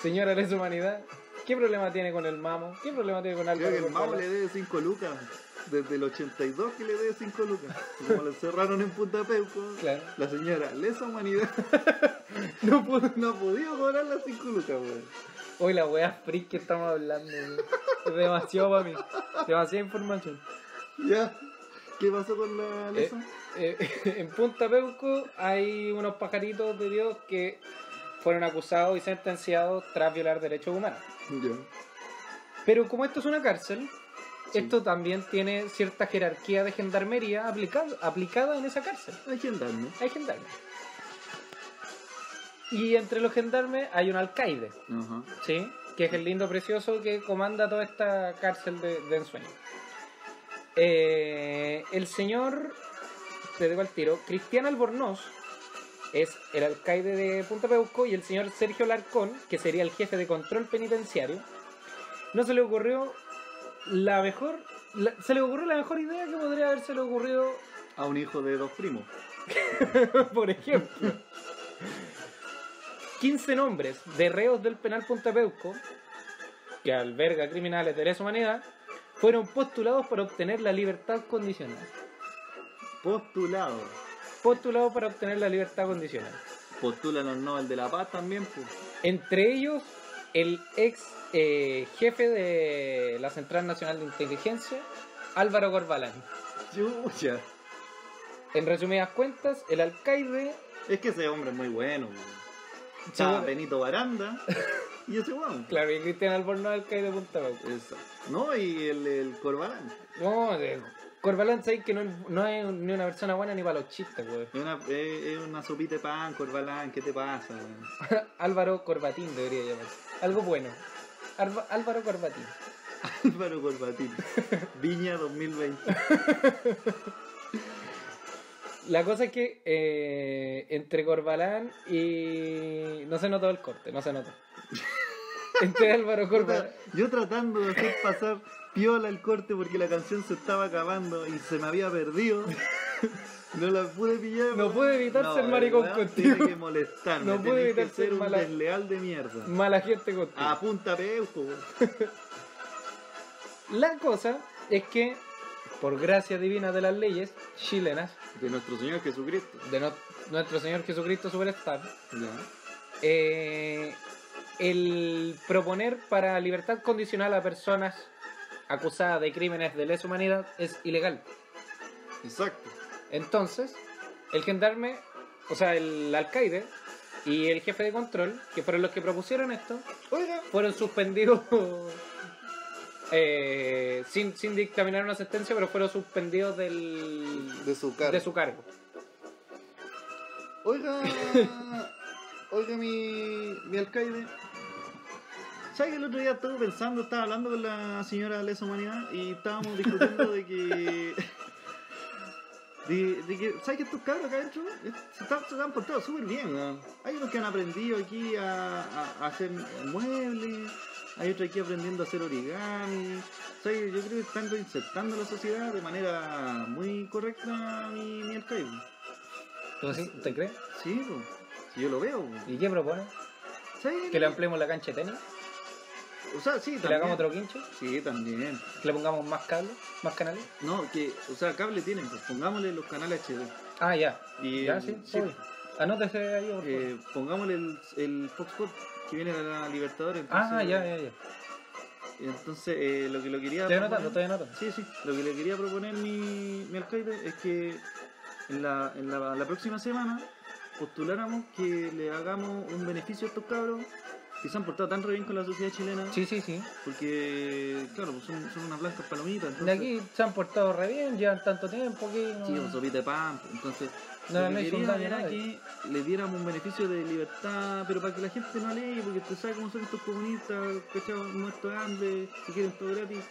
[SPEAKER 3] Señora lesa humanidad, ¿qué problema tiene con el mamo? ¿Qué problema tiene con algo?
[SPEAKER 4] Creo que el Mau le debe 5 lucas. Desde el 82 que le debe 5 lucas. Como lo encerraron en Punta Peuco,
[SPEAKER 3] Claro.
[SPEAKER 4] la señora lesa humanidad
[SPEAKER 3] No pudo.
[SPEAKER 4] no ha podido cobrar las 5 lucas, weón.
[SPEAKER 3] Hoy la wea freak que estamos hablando, weón. Es demasiado para mí. Demasiada información.
[SPEAKER 4] Ya. ¿Qué pasó con la lesa?
[SPEAKER 3] Eh, en Punta Peuco hay unos pajaritos de Dios que fueron acusados y sentenciados tras violar derechos humanos.
[SPEAKER 4] Ya.
[SPEAKER 3] Pero como esto es una cárcel,
[SPEAKER 4] Sí.
[SPEAKER 3] esto también tiene cierta jerarquía de gendarmería aplicada, aplicada en esa cárcel.
[SPEAKER 4] Hay que andar, ¿no?
[SPEAKER 3] Hay gendarmes. Y entre los gendarmes hay un alcaide,
[SPEAKER 4] Ajá.
[SPEAKER 3] ¿sí? Que es el lindo precioso que comanda toda esta cárcel de, de ensueño. Eh, el señor, te digo al tiro, Cristian Albornoz es el alcaide de Punta Peuco y el señor Sergio Larcón, que sería el jefe de control penitenciario, no se le ocurrió la mejor, la- se le ocurrió la mejor idea que podría haberse le ocurrido,
[SPEAKER 4] A un hijo de dos primos.
[SPEAKER 3] por ejemplo. 15 nombres de reos del penal Punta Peuco, que alberga criminales de lesa humanidad, fueron postulados para obtener la libertad condicional.
[SPEAKER 4] Postulado.
[SPEAKER 3] Postulados para obtener la libertad condicional.
[SPEAKER 4] Postulan al Nobel de la Paz también, pues.
[SPEAKER 3] Entre ellos, el ex eh, jefe de la Central Nacional de Inteligencia, Álvaro Corbalán.
[SPEAKER 4] Chucha.
[SPEAKER 3] En resumidas cuentas, el alcaide.
[SPEAKER 4] Es que ese hombre es muy bueno, weón. Estaba
[SPEAKER 3] Seguro-
[SPEAKER 4] Benito Baranda y ese weón.
[SPEAKER 3] Claro, y Cristian Albornoz, alcaide de Punta Peuco.
[SPEAKER 4] Exacto. No, y el, el Corbalán.
[SPEAKER 3] No, eh, Corbalán, sabéis que no, no es ni una persona buena ni para los chistes, weón.
[SPEAKER 4] Es una, es, es una sopita de pan, Corbalán, ¿qué te pasa, weón?
[SPEAKER 3] Álvaro Corbatín debería llamarse. Algo bueno. Alba- Álvaro Corbatín.
[SPEAKER 4] Álvaro Corbatín. Viña 2020.
[SPEAKER 3] La cosa es que eh, entre Corbalán y. No se notó el corte, no se notó. Entre Álvaro Corbalán.
[SPEAKER 4] Yo tratando de hacer pasar piola el corte porque la canción se estaba acabando y se me había perdido. No la pude pillar.
[SPEAKER 3] No
[SPEAKER 4] weón.
[SPEAKER 3] pude evitar ser
[SPEAKER 4] el
[SPEAKER 3] maricón
[SPEAKER 4] weón
[SPEAKER 3] contigo.
[SPEAKER 4] Tiene que molestarme.
[SPEAKER 3] No
[SPEAKER 4] No
[SPEAKER 3] pude
[SPEAKER 4] pude
[SPEAKER 3] evitar
[SPEAKER 4] que
[SPEAKER 3] ser
[SPEAKER 4] ser un
[SPEAKER 3] mala-
[SPEAKER 4] desleal de mierda.
[SPEAKER 3] Mala gente contigo.
[SPEAKER 4] Ah. Apunta peuco. weón.
[SPEAKER 3] La cosa es que por gracia divina de las leyes chilenas,
[SPEAKER 4] De nuestro Señor Jesucristo.
[SPEAKER 3] de no- nuestro Señor Jesucristo Superstar,
[SPEAKER 4] Ya.
[SPEAKER 3] eh, el proponer para libertad condicional a personas acusadas de crímenes de lesa humanidad es ilegal.
[SPEAKER 4] Exacto.
[SPEAKER 3] Entonces, el gendarme, o sea, el alcaide y el jefe de control, que fueron los que propusieron esto,
[SPEAKER 4] Oiga.
[SPEAKER 3] fueron suspendidos eh, sin, sin dictaminar una sentencia, pero fueron suspendidos del,
[SPEAKER 4] De su cargo.
[SPEAKER 3] de su cargo.
[SPEAKER 4] Oiga. oiga, mi, mi alcaide. ¿Sabes que el otro día estaba pensando, estaba hablando con la señora Lesa Humanidad y estábamos discutiendo de que. De, de que, ¿sabes que estos cabros acá adentro eh, se están, se han portado súper bien? weón. Hay unos que han aprendido aquí a, a- a hacer muebles, hay otros aquí aprendiendo a hacer origami. ¿Sabes? Yo creo que están reinsertando a la sociedad de manera muy correcta, mi, mi alcaide.
[SPEAKER 3] ¿Tú así? ¿Te crees?
[SPEAKER 4] Sí, po. Sí, yo lo veo. po.
[SPEAKER 3] ¿Y qué propone?
[SPEAKER 4] Sí,
[SPEAKER 3] ¿Que le ampliemos la cancha de tenis?
[SPEAKER 4] O sea,
[SPEAKER 3] ¿Que
[SPEAKER 4] sí,
[SPEAKER 3] le
[SPEAKER 4] también.
[SPEAKER 3] hagamos otro quincho?
[SPEAKER 4] Sí, también.
[SPEAKER 3] ¿Que le pongamos más cables? ¿Más canales?
[SPEAKER 4] No, que, o sea, cable tienen, pues pongámosle los canales HD.
[SPEAKER 3] Ah, ya.
[SPEAKER 4] Y,
[SPEAKER 3] ya, sí.
[SPEAKER 4] sí,
[SPEAKER 3] obvio. Anótese ahí, por favor.
[SPEAKER 4] eh, pongámosle el, el Fox Sports que viene de la Libertadores. Entonces,
[SPEAKER 3] Ah, ya, ya, ya.
[SPEAKER 4] Entonces, eh, lo que lo quería.
[SPEAKER 3] Estoy anotando,
[SPEAKER 4] proponer-
[SPEAKER 3] estoy anotando.
[SPEAKER 4] Sí, sí. Lo que le quería proponer mi, mi alcaide es que en, la, en la, la próxima semana postuláramos que le hagamos un beneficio a estos cabros que se han portado tan re bien con la sociedad chilena.
[SPEAKER 3] Sí, sí, sí.
[SPEAKER 4] Porque, claro, pues son, son unas blancas palomitas. Entonces,
[SPEAKER 3] De aquí se han portado re bien, llevan tanto tiempo que... No...
[SPEAKER 4] Sí, con sopita de pan. pues, Entonces,
[SPEAKER 3] No,
[SPEAKER 4] lo
[SPEAKER 3] no
[SPEAKER 4] que
[SPEAKER 3] hizo un
[SPEAKER 4] quería
[SPEAKER 3] daño a
[SPEAKER 4] era
[SPEAKER 3] nadie.
[SPEAKER 4] que le diéramos un beneficio de libertad, pero para que la gente no alegue, porque tú sabes cómo son estos comunistas, cachados muertos de hambre, que quieren todo gratis.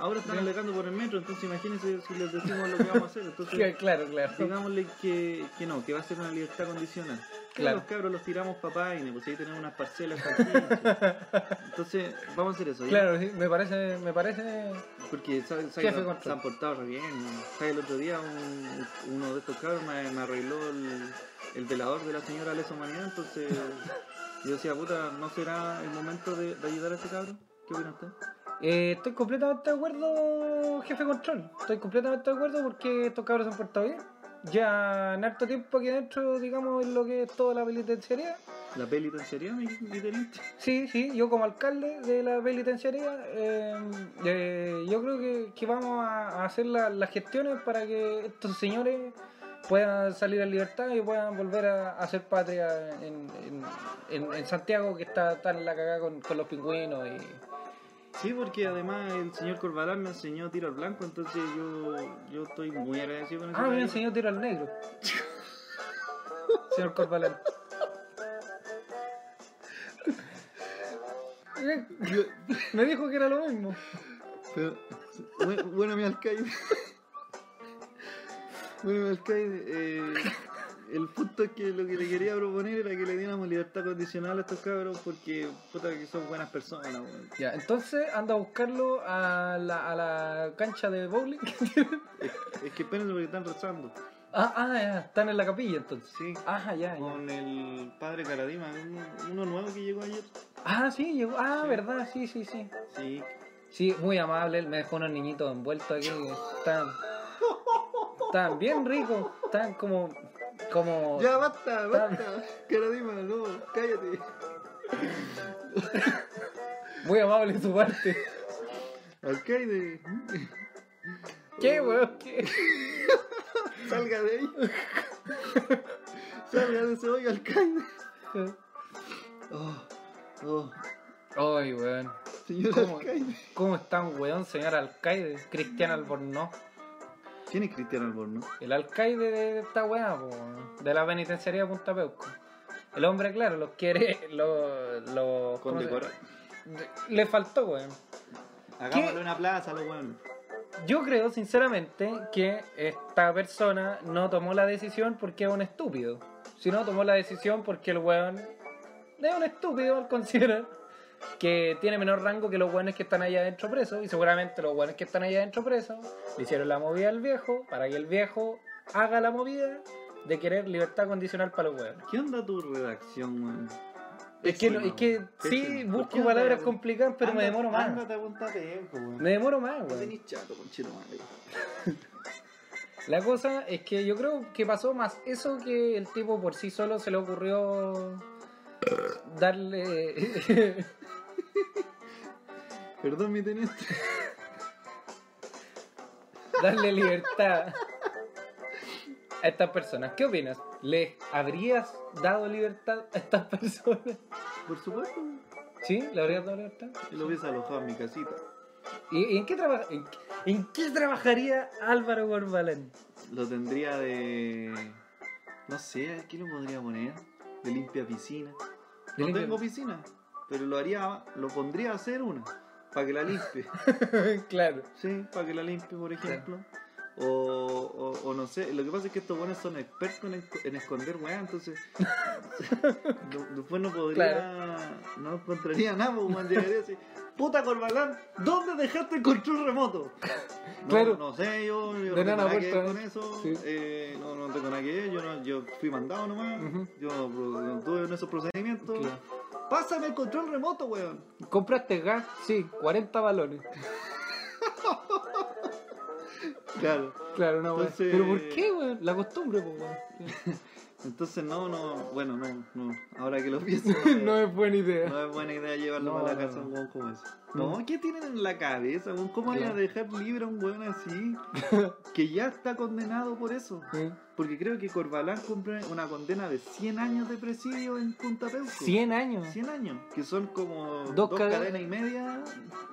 [SPEAKER 4] Ahora están
[SPEAKER 3] Sí.
[SPEAKER 4] alegando por el metro, entonces imagínense si les decimos lo que vamos a hacer.
[SPEAKER 3] Sí,
[SPEAKER 4] Entonces,
[SPEAKER 3] Claro, claro.
[SPEAKER 4] digámosle que, que no, que va a ser una libertad condicional. Claro.
[SPEAKER 3] Claro.
[SPEAKER 4] Los cabros los tiramos papá y pues ahí tenemos unas parcelas para aquí. Entonces, vamos a hacer eso. ¿ya?
[SPEAKER 3] Claro, sí, me parece, me parece...
[SPEAKER 4] Porque ¿sabes?
[SPEAKER 3] Jefe
[SPEAKER 4] se,
[SPEAKER 3] control.
[SPEAKER 4] han portado re bien. ¿Sabes? El otro día un- uno de estos cabros me, me arregló el, el velador de la señora Lesa Humanidad, entonces yo decía, puta, ¿no será el momento de, de ayudar a este cabro? ¿Qué opina usted?
[SPEAKER 3] Eh, estoy completamente de acuerdo, jefe control. Estoy completamente de acuerdo porque estos cabros se han portado bien. Ya en harto tiempo aquí dentro, digamos, en lo que es toda la penitenciaría.
[SPEAKER 4] ¿La penitenciaría, mi mi teniente?
[SPEAKER 3] Sí, sí, yo como alcalde de la penitenciaría, eh, eh, yo creo que, que vamos a, a hacer la- las gestiones para que estos señores puedan salir en libertad y puedan volver a, a hacer patria en, en- en- en Santiago, que está tan la cagada con, con los pingüinos y...
[SPEAKER 4] Sí, porque además el señor Corbalán me enseñó a tiro al blanco, entonces yo, yo estoy muy agradecido con ese
[SPEAKER 3] Ah, me
[SPEAKER 4] caballero.
[SPEAKER 3] enseñó tiro al negro. Señor Corbalán. me dijo que era lo mismo.
[SPEAKER 4] Pero, bueno, bueno, mi alcaide. Bueno, mi alcaide. eh, el punto es que lo que le quería proponer era que le diéramos libertad condicional a estos cabros porque, puta, que son buenas personas, weón.
[SPEAKER 3] Ya, entonces anda a buscarlo a la, a la cancha de bowling.
[SPEAKER 4] Es, es que espérense porque están rezando.
[SPEAKER 3] ah, ah, ya, están en la capilla entonces.
[SPEAKER 4] Sí.
[SPEAKER 3] Ajá, Ah, ya, ya.
[SPEAKER 4] Con el padre Caradima, uno, uno nuevo que llegó ayer.
[SPEAKER 3] Ah, sí, llegó. Ah,
[SPEAKER 4] Sí.
[SPEAKER 3] verdad, sí, sí, sí.
[SPEAKER 4] Sí.
[SPEAKER 3] Sí, muy amable, él me dejó unos niñitos envueltos aquí. Están, están bien ricos, están como. como
[SPEAKER 4] Ya basta, basta. Caradima, no, cállate.
[SPEAKER 3] Muy amable su parte.
[SPEAKER 4] Alcaide,
[SPEAKER 3] ¿Qué, weón? ¿Qué?
[SPEAKER 4] salga de ahí. salga de ese hoyo, alcaide. Oh, oh,
[SPEAKER 3] Ay, weón.
[SPEAKER 4] señor
[SPEAKER 3] ¿Cómo?
[SPEAKER 4] alcaide.
[SPEAKER 3] ¿Cómo están, weón, señor alcaide? Cristian Albornoz.
[SPEAKER 4] ¿Quién es Cristian Albornoz?
[SPEAKER 3] El alcaide de esta weá, po, weón. De la penitenciaría de Punta Peuco. El hombre, claro, los quiere. Los. los ¿cómo se-
[SPEAKER 4] Condecorado.
[SPEAKER 3] Le faltó, weón.
[SPEAKER 4] Hagámosle
[SPEAKER 3] ¿Qué?
[SPEAKER 4] una plaza, los weones.
[SPEAKER 3] Yo creo, sinceramente, que esta persona no tomó la decisión porque es un estúpido. Sino tomó la decisión porque el weón es un estúpido al considerar que tiene menor rango que los weones que están allá adentro presos. Y seguramente los weones que están allá adentro presos le hicieron la movida al viejo para que el viejo haga la movida de querer libertad condicional para los weones.
[SPEAKER 4] ¿Qué onda tu redacción, weón?
[SPEAKER 3] Es que, no- es que sí,
[SPEAKER 4] Pésimo.
[SPEAKER 3] busco
[SPEAKER 4] ¿Por qué
[SPEAKER 3] palabras
[SPEAKER 4] no?
[SPEAKER 3] complicadas, pero me demoro más.
[SPEAKER 5] Ándate a Punta Penco, weón.
[SPEAKER 3] Me demoro más,
[SPEAKER 4] No
[SPEAKER 3] weón.
[SPEAKER 4] tenís chato, conchero madre.
[SPEAKER 3] La cosa es que yo creo que pasó más eso que el tipo por sí solo se le ocurrió darle.
[SPEAKER 4] Perdón, mi teniente.
[SPEAKER 3] darle libertad a estas personas. ¿Qué opinas? ¿Les habrías dado libertad a estas personas?
[SPEAKER 4] Por supuesto,
[SPEAKER 3] ¿Sí? ¿Le habrías dado libertad?
[SPEAKER 4] yo lo hubiese alojado en mi casita.
[SPEAKER 3] ¿Y, y en, qué traba- en, qué- en qué trabajaría Álvaro Gorbalán?
[SPEAKER 4] Lo tendría de. No sé, ¿qué lo podría poner? De limpia piscina.
[SPEAKER 3] De
[SPEAKER 4] No
[SPEAKER 3] limpia-
[SPEAKER 4] tengo piscina, pero lo haría, lo pondría a hacer una. Para que la limpie.
[SPEAKER 3] claro.
[SPEAKER 4] Sí, para que la limpie, por ejemplo. O, o- o no sé, lo que pasa es que estos buenos son expertos en, esc- en esconder weá, entonces no- después no podría, no encontraría nada, pues, weón, llegaría así, puta Corbalán, ¿dónde dejaste el control remoto? No,
[SPEAKER 3] Claro.
[SPEAKER 4] no sé, yo, yo
[SPEAKER 3] De
[SPEAKER 4] no tengo
[SPEAKER 3] nada
[SPEAKER 4] nada que ver
[SPEAKER 3] vuelta,
[SPEAKER 4] con eso,
[SPEAKER 3] sí.
[SPEAKER 4] eh, no, no tengo nada que ver, yo, no- yo fui mandado nomás,
[SPEAKER 3] Ujú.
[SPEAKER 4] yo no pro- no tuve en esos procedimientos.
[SPEAKER 3] Claro.
[SPEAKER 4] Pásame el control remoto, weón.
[SPEAKER 3] ¿Compraste gas? Sí, 40 balones.
[SPEAKER 4] Claro.
[SPEAKER 3] Claro, no, weón.
[SPEAKER 4] Entonces-
[SPEAKER 3] ¿Pero por qué, weón? La costumbre, pues, weón.
[SPEAKER 4] Entonces no, no, bueno, no, no. Ahora que lo pienso,
[SPEAKER 3] no es buena idea.
[SPEAKER 4] no es buena idea llevarlo
[SPEAKER 3] No,
[SPEAKER 4] para la
[SPEAKER 3] no,
[SPEAKER 4] casa a
[SPEAKER 3] no. Mm.
[SPEAKER 4] un weón como ese. No, ¿qué tienen en la cabeza, weón? ¿Cómo van a
[SPEAKER 3] Claro.
[SPEAKER 4] dejar libre a un weón así? que ya está condenado por eso.
[SPEAKER 3] ¿Eh?
[SPEAKER 4] Porque creo que Corbalán cumple una condena de 100 años de presidio en Punta Peuco.
[SPEAKER 3] 100 años.
[SPEAKER 4] 100 años, que son como
[SPEAKER 3] Dos
[SPEAKER 4] dos,
[SPEAKER 3] cade-
[SPEAKER 4] cadenas y media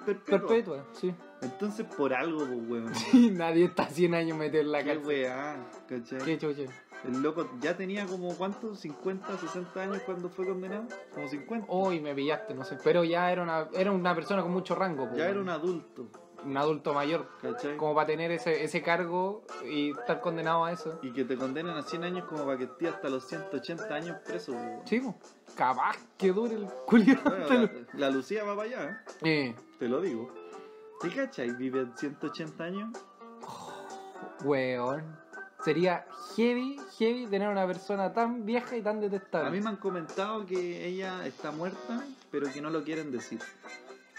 [SPEAKER 4] perpetua.
[SPEAKER 3] Perpetua, sí.
[SPEAKER 4] Entonces, por algo, pues, weón.
[SPEAKER 3] Y nadie está 100 años metido en la
[SPEAKER 4] Qué
[SPEAKER 3] cárcel.
[SPEAKER 4] weá, ¿cachai?
[SPEAKER 3] Qué chucha.
[SPEAKER 4] El loco ya tenía como, ¿cuánto? ¿50, 60 años cuando fue condenado? Como 50.
[SPEAKER 3] Hoy me pillaste, no sé. Pero ya era una, era una persona con mucho rango. po,
[SPEAKER 4] Ya
[SPEAKER 3] weón.
[SPEAKER 4] era un adulto,
[SPEAKER 3] un adulto mayor.
[SPEAKER 4] ¿cachai?
[SPEAKER 3] Como para tener ese, ese cargo y estar condenado a eso.
[SPEAKER 4] Y que te condenen a 100 años como para que estés hasta los 180 años preso. weón.
[SPEAKER 3] Sí, po. capaz que dure el culiado.
[SPEAKER 4] Bueno, la, la Lucía va para allá, ¿eh?
[SPEAKER 3] Eh,
[SPEAKER 4] te lo digo. ¿Te cachai? Vive 180 años.
[SPEAKER 3] weón. Sería heavy, heavy tener una persona tan vieja y tan detestable.
[SPEAKER 4] A mí me han comentado que ella está muerta, pero que no lo quieren decir.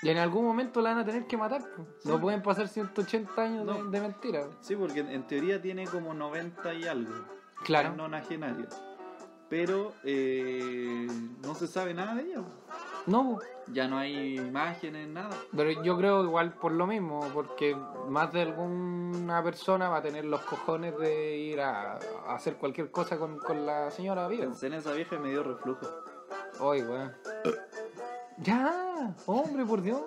[SPEAKER 3] Y en algún momento la van a tener que matar. po.
[SPEAKER 4] Sí.
[SPEAKER 3] No pueden pasar 180 años de-
[SPEAKER 4] No.
[SPEAKER 3] de, mentira. po.
[SPEAKER 4] Sí, porque en, en teoría tiene como 90 y algo.
[SPEAKER 3] Claro.
[SPEAKER 4] No Pero eh, no se sabe nada de ella.
[SPEAKER 3] No, po.
[SPEAKER 4] Ya no hay imágenes, nada.
[SPEAKER 3] pero yo creo igual por lo mismo, porque más de alguna persona va a tener los cojones de ir a, a hacer cualquier cosa con, con la señora viva.
[SPEAKER 4] Pensé en esa vieja y me dio reflujo.
[SPEAKER 3] Oye, weón. Ya, hombre, por Dios.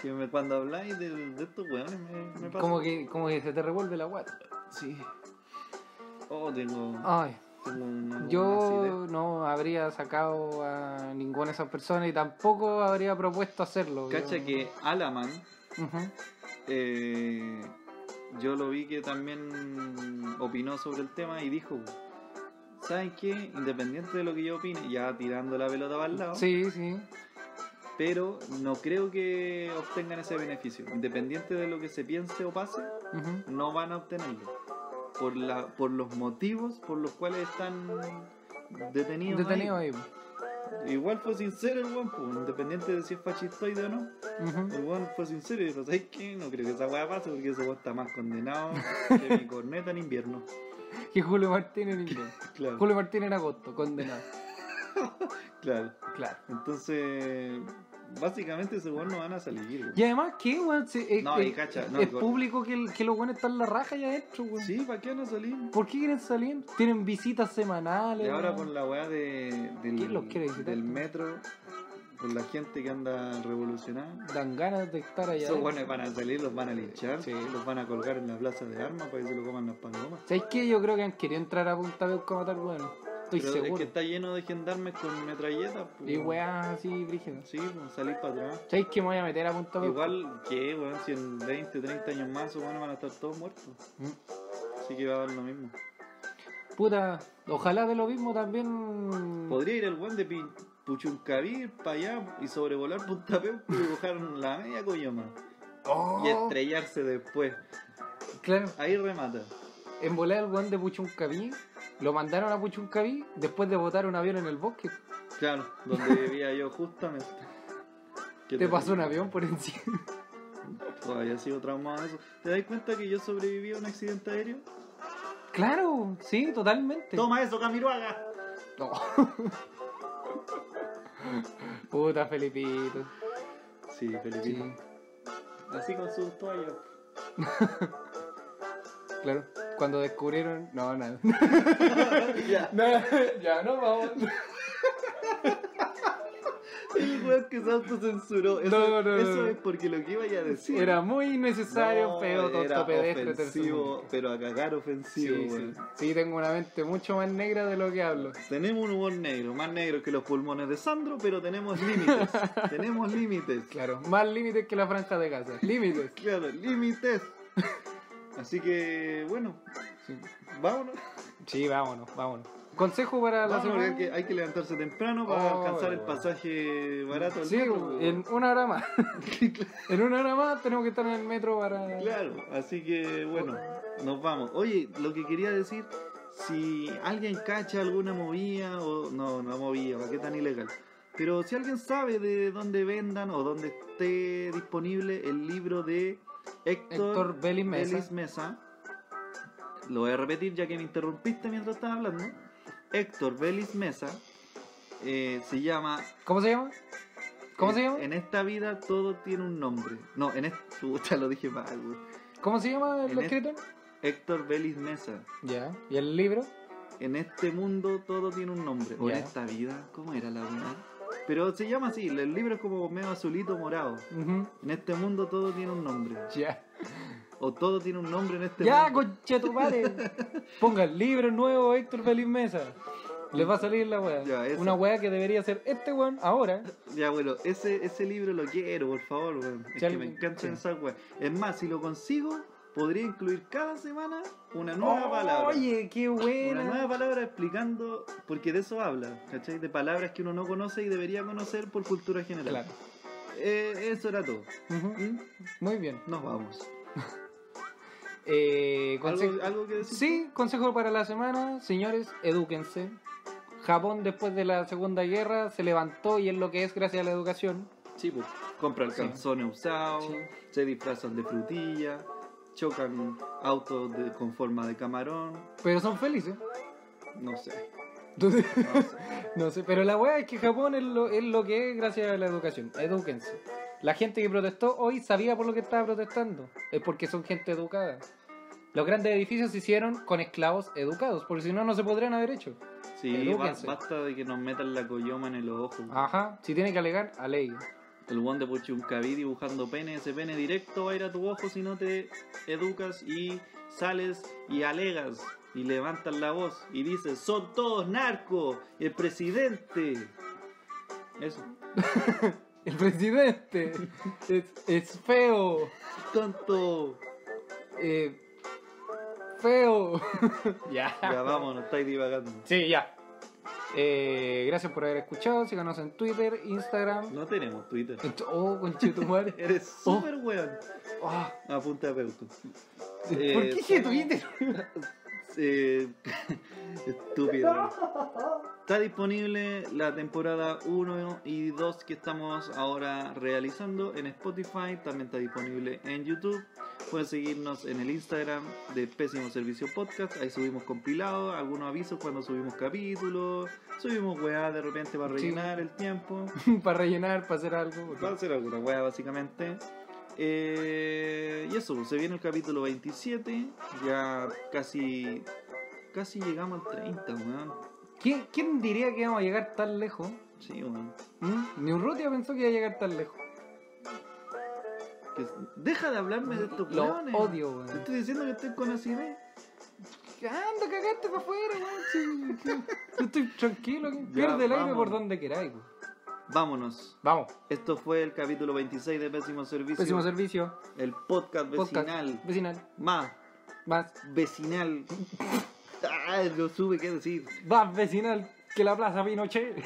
[SPEAKER 4] Que me- cuando habláis de, de estos weones me, me pasa.
[SPEAKER 3] Como que, como que se te revuelve la guata.
[SPEAKER 4] Sí. Oh, tengo.
[SPEAKER 3] Ay,
[SPEAKER 4] tengo una- una acidez.
[SPEAKER 3] Ah, yo no habría sacado a ninguna de esas personas y tampoco habría propuesto hacerlo.
[SPEAKER 4] Cacha
[SPEAKER 3] yo-
[SPEAKER 4] que Alaman,
[SPEAKER 3] Ujú.
[SPEAKER 4] eh, yo lo vi que también opinó sobre el tema y dijo: ¿Saben qué? Independiente de lo que yo opine, ya tirando la pelota para el lado.
[SPEAKER 3] Sí, sí.
[SPEAKER 4] pero no creo que obtengan ese beneficio. Independiente de lo que se piense o pase,
[SPEAKER 3] ujú.
[SPEAKER 4] no van a obtenerlo. Por, la, por los motivos por los cuales están detenidos. ahí.
[SPEAKER 3] Detenido ahí.
[SPEAKER 4] Igual fue sincero el weón, pues, independiente de si es fascistoide o no.
[SPEAKER 3] Ujú.
[SPEAKER 4] El weón fue sincero y dijo, ¿sabes qué? No creo que esa weá pase porque ese weón está más condenado que mi corneta en invierno.
[SPEAKER 3] Que Julio Martínez en inglés.
[SPEAKER 4] Claro,
[SPEAKER 3] Julio Martínez en agosto, condenado.
[SPEAKER 4] claro.
[SPEAKER 3] Claro.
[SPEAKER 4] Entonces, básicamente ese weón no van a salir, weón.
[SPEAKER 3] Y además, ¿qué, weón? Se- eh,
[SPEAKER 4] No, y
[SPEAKER 3] eh,
[SPEAKER 4] cacha, no,
[SPEAKER 3] es
[SPEAKER 4] y-
[SPEAKER 3] público que, el- que los buenos están en la raja ya adentro, weón.
[SPEAKER 4] Sí, ¿para qué van a salir?
[SPEAKER 3] ¿Por qué quieren salir? Tienen visitas semanales.
[SPEAKER 4] Y ahora
[SPEAKER 3] weón.
[SPEAKER 4] con la weá de,
[SPEAKER 3] ¿Quién los quiere
[SPEAKER 4] del,
[SPEAKER 3] visitar?
[SPEAKER 4] del metro, con la gente que anda revolucionada,
[SPEAKER 3] Dan ganas de estar allá.
[SPEAKER 4] esos
[SPEAKER 3] adentro.
[SPEAKER 4] buenos van a salir, los van a linchar,
[SPEAKER 3] Sí.
[SPEAKER 4] los van a colgar en la plaza de armas para que se lo coman las palomas.
[SPEAKER 3] ¿Sabes qué? Yo creo que han querido entrar a Punta Peuco a matar bueno. Estoy
[SPEAKER 4] Pero es
[SPEAKER 3] seguro.
[SPEAKER 4] que está lleno de gendarmes con metralletas. pues.
[SPEAKER 3] Y weas así, brígidas.
[SPEAKER 4] Sí, pues, salir para atrás.
[SPEAKER 3] ¿Sabes que me voy a meter a Punta Peuco?
[SPEAKER 4] Igual que, weón, si en 20, 30 años más, esos weones van a estar todos muertos.
[SPEAKER 3] Mm.
[SPEAKER 4] Así que va a dar lo mismo.
[SPEAKER 3] Puta, ojalá de lo mismo también.
[SPEAKER 4] Podría ir el weón de Pi- Puchuncaví para allá y sobrevolar Punta Peuco y dibujar la media coyoma.
[SPEAKER 3] Oh,
[SPEAKER 4] Y estrellarse después.
[SPEAKER 3] Claro,
[SPEAKER 4] Ahí remata.
[SPEAKER 3] en volar el weón de Puchuncaví. Lo mandaron a Puchuncaví después de botar un avión en el bosque.
[SPEAKER 4] Claro, donde vivía yo justamente. Qué
[SPEAKER 3] Te pasó un
[SPEAKER 4] terrible.
[SPEAKER 3] avión por encima.
[SPEAKER 4] Todavía sigo traumado de eso. ¿Te das cuenta que yo sobreviví a un accidente aéreo?
[SPEAKER 3] Claro, sí, totalmente.
[SPEAKER 4] Toma eso, Camiroaga.
[SPEAKER 3] No. Puta, Felipito.
[SPEAKER 4] Sí, Felipito.
[SPEAKER 3] Sí,
[SPEAKER 4] Así con sus toallas.
[SPEAKER 3] claro. Cuando descubrieron. No, nada.
[SPEAKER 4] ya.
[SPEAKER 3] No, ya, no, vamos.
[SPEAKER 4] El weón que se autocensuró. Eso,
[SPEAKER 3] No, no, no,
[SPEAKER 4] eso
[SPEAKER 3] no.
[SPEAKER 4] es porque lo que iba ya a decir.
[SPEAKER 3] Era muy innecesario,
[SPEAKER 4] No,
[SPEAKER 3] feo,
[SPEAKER 4] era
[SPEAKER 3] tonto, pedestre,
[SPEAKER 4] ofensivo,
[SPEAKER 3] tercermundista.
[SPEAKER 4] pero a cagar ofensivo,
[SPEAKER 3] Sí, sí.
[SPEAKER 4] weón.
[SPEAKER 3] Sí, tengo una mente mucho más negra de lo que hablo.
[SPEAKER 4] Tenemos un humor negro, más negro que los pulmones de Sandro, pero tenemos límites. tenemos límites.
[SPEAKER 3] Claro, más límites que la franja de casa. Límites.
[SPEAKER 4] Claro, límites. Así que, bueno,
[SPEAKER 3] Sí.
[SPEAKER 4] vámonos.
[SPEAKER 3] Sí, vámonos, vámonos. Consejo para la
[SPEAKER 4] Vámonos,
[SPEAKER 3] semana.
[SPEAKER 4] porque hay que, hay que levantarse temprano para
[SPEAKER 3] Oh,
[SPEAKER 4] alcanzar el
[SPEAKER 3] bueno.
[SPEAKER 4] pasaje barato. al
[SPEAKER 3] Sí,
[SPEAKER 4] metro, weón.
[SPEAKER 3] en una hora más. en una hora más tenemos que estar en el metro para.
[SPEAKER 4] Claro, así que bueno, nos vamos. Oye, lo que quería decir, si alguien cacha alguna movida, o no, no movida, ¿para qué tan ilegal? Pero si alguien sabe de dónde vendan o dónde esté disponible el libro de Héctor,
[SPEAKER 3] Héctor Vélez Mesa.
[SPEAKER 4] Vélez Mesa, lo voy a repetir ya que me interrumpiste mientras estaba hablando. Héctor Vélez Mesa eh, se llama
[SPEAKER 3] ¿Cómo se llama? ¿Cómo
[SPEAKER 4] en,
[SPEAKER 3] se llama?
[SPEAKER 4] En esta vida todo tiene un nombre. No, en esta. Puta, lo dije mal, güey.
[SPEAKER 3] ¿Cómo se llama el
[SPEAKER 4] en este-
[SPEAKER 3] escritor?
[SPEAKER 4] Héctor Vélez Mesa.
[SPEAKER 3] Ya. ¿Y el libro?
[SPEAKER 4] En este mundo todo tiene un nombre. O en
[SPEAKER 3] Ya.
[SPEAKER 4] esta vida, ¿cómo era la verdad? Pero se llama así, el libro es como medio azulito morado.
[SPEAKER 3] Ujú,
[SPEAKER 4] En este mundo todo tiene un nombre.
[SPEAKER 3] Ya.
[SPEAKER 4] O todo tiene un nombre en este
[SPEAKER 3] Ya,
[SPEAKER 4] mundo.
[SPEAKER 3] conchetumare. Ponga el libro nuevo Héctor Feliz Mesa. Les va a salir la weá.
[SPEAKER 4] Ya, eso.
[SPEAKER 3] Una weá que debería ser este weón ahora.
[SPEAKER 4] Ya, bueno, ese, ese libro lo quiero, por favor, weón. Es
[SPEAKER 3] Ya,
[SPEAKER 4] que me encanta
[SPEAKER 3] sí.
[SPEAKER 4] esa weón. Es más, si lo consigo, podría incluir cada semana una nueva
[SPEAKER 3] Oh,
[SPEAKER 4] palabra.
[SPEAKER 3] Oye, qué
[SPEAKER 4] Una
[SPEAKER 3] buena.
[SPEAKER 4] nueva palabra explicando, porque de eso habla, ¿cachai? De palabras que uno no conoce y debería conocer por cultura general.
[SPEAKER 3] Claro.
[SPEAKER 4] Eh, eso era todo.
[SPEAKER 3] Ujú,
[SPEAKER 4] ¿Mm?
[SPEAKER 3] Muy bien.
[SPEAKER 4] Nos vamos.
[SPEAKER 3] Eh, consejo-
[SPEAKER 4] ¿Algo, algo que decir?
[SPEAKER 3] Sí, consejo para la semana, señores, edúquense. Japón después de la Segunda Guerra se levantó y es lo que es gracias a la educación.
[SPEAKER 4] Sí, pues, compran
[SPEAKER 3] Sí.
[SPEAKER 4] calzones usados,
[SPEAKER 3] Sí.
[SPEAKER 4] se disfrazan de frutilla, chocan autos de- con forma de camarón,
[SPEAKER 3] Pero son felices.
[SPEAKER 4] no sé.
[SPEAKER 3] Entonces,
[SPEAKER 4] No sé.
[SPEAKER 3] no sé, pero la weá es que Japón es lo, es lo que es gracias a la educación. Edúquense. La gente que protestó hoy sabía por lo que estaba protestando. Es porque son gente educada. Los grandes edificios se hicieron con esclavos educados, porque si no, no se podrían haber hecho.
[SPEAKER 4] Sí, ba-
[SPEAKER 3] Edúquense.
[SPEAKER 4] basta de que nos metan la coyoma en el ojo.
[SPEAKER 3] Ajá, si tiene que alegar, alegue.
[SPEAKER 4] El guante Puchuncaví dibujando pene, ese pene directo va a ir a tu ojo si no te educas y sales y alegas y levantas la voz y dices, son todos narcos, el presidente. Eso.
[SPEAKER 3] El presidente es, es feo.
[SPEAKER 4] Tonto.
[SPEAKER 3] Eh, feo. ya.
[SPEAKER 4] Ya vámonos, estáis divagando.
[SPEAKER 3] Sí, ya. Eh, gracias por haber escuchado. Síganos en Twitter, Instagram.
[SPEAKER 4] No tenemos Twitter.
[SPEAKER 3] En tu- Oh, conchetumare.
[SPEAKER 4] Eres
[SPEAKER 3] Oh.
[SPEAKER 4] súper weón.
[SPEAKER 3] Ah,
[SPEAKER 4] Apunta a Peuto.
[SPEAKER 3] ¿Por
[SPEAKER 4] Eh,
[SPEAKER 3] qué dije Twitter?
[SPEAKER 4] Eh, estúpido. weón. Está disponible la temporada 1 y 2 que estamos ahora realizando en Spotify. También está disponible en YouTube. Pueden seguirnos en el Instagram de Pésimo Servicio Podcast. Ahí subimos compilados, algunos avisos cuando subimos capítulos. Subimos weá de repente para
[SPEAKER 3] Sí.
[SPEAKER 4] rellenar el tiempo.
[SPEAKER 3] para rellenar, para hacer algo. porque-
[SPEAKER 4] Va a ser alguna wea básicamente. Eh, y eso, se viene el capítulo 27. Ya casi. Casi llegamos al 30, weón.
[SPEAKER 3] ¿Quién, quién diría que íbamos a llegar tan lejos?
[SPEAKER 4] Sí, weón.
[SPEAKER 3] ¿Mm? Ni Urrutia pensó que iba a llegar tan lejos.
[SPEAKER 4] Que- Deja de hablarme de estos
[SPEAKER 3] Lo
[SPEAKER 4] weones.
[SPEAKER 3] odio,
[SPEAKER 4] Te
[SPEAKER 3] weón.
[SPEAKER 4] eh. estoy diciendo que estoy con acidez.
[SPEAKER 3] Anda, cagaste para afuera, weón. Sí, sí. Yo estoy tranquilo. que-
[SPEAKER 4] Ya,
[SPEAKER 3] Pierde el aire
[SPEAKER 4] vamos.
[SPEAKER 3] por donde queráis, weón.
[SPEAKER 4] Vámonos.
[SPEAKER 3] Vamos.
[SPEAKER 4] Esto fue el capítulo 26 de Pésimo Servicio.
[SPEAKER 3] Pésimo servicio.
[SPEAKER 4] El podcast vecinal.
[SPEAKER 3] Podcast. Vecinal.
[SPEAKER 4] Más
[SPEAKER 3] Más.
[SPEAKER 4] vecinal. ah, lo sube, qué decir.
[SPEAKER 3] Más vecinal que la plaza Pinochet.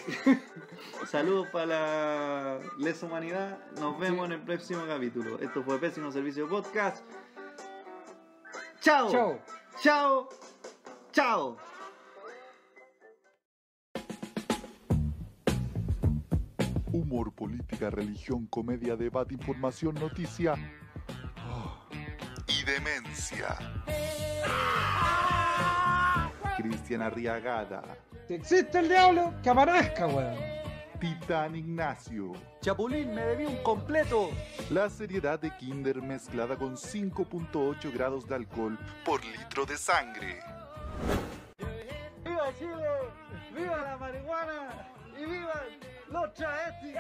[SPEAKER 4] Saludos para la lesa humanidad. Nos vemos
[SPEAKER 3] Sí.
[SPEAKER 4] en el próximo capítulo. Esto fue Pésimo Servicio Podcast. Chao.
[SPEAKER 3] Chao.
[SPEAKER 4] Chao. Chao.
[SPEAKER 2] Humor, política, religión, comedia, debate, información, noticia ah, y demencia. Cristian Arriagada,
[SPEAKER 4] Si existe el diablo, que aparezca, weón.
[SPEAKER 2] Titán Ignacio.
[SPEAKER 6] Chapulín, me debí un completo.
[SPEAKER 2] La seriedad de Kinder mezclada con 5.8 grados de alcohol por litro de sangre.
[SPEAKER 4] ¡Viva Chile! ¡Viva la marihuana! ¡Y viva los travestis!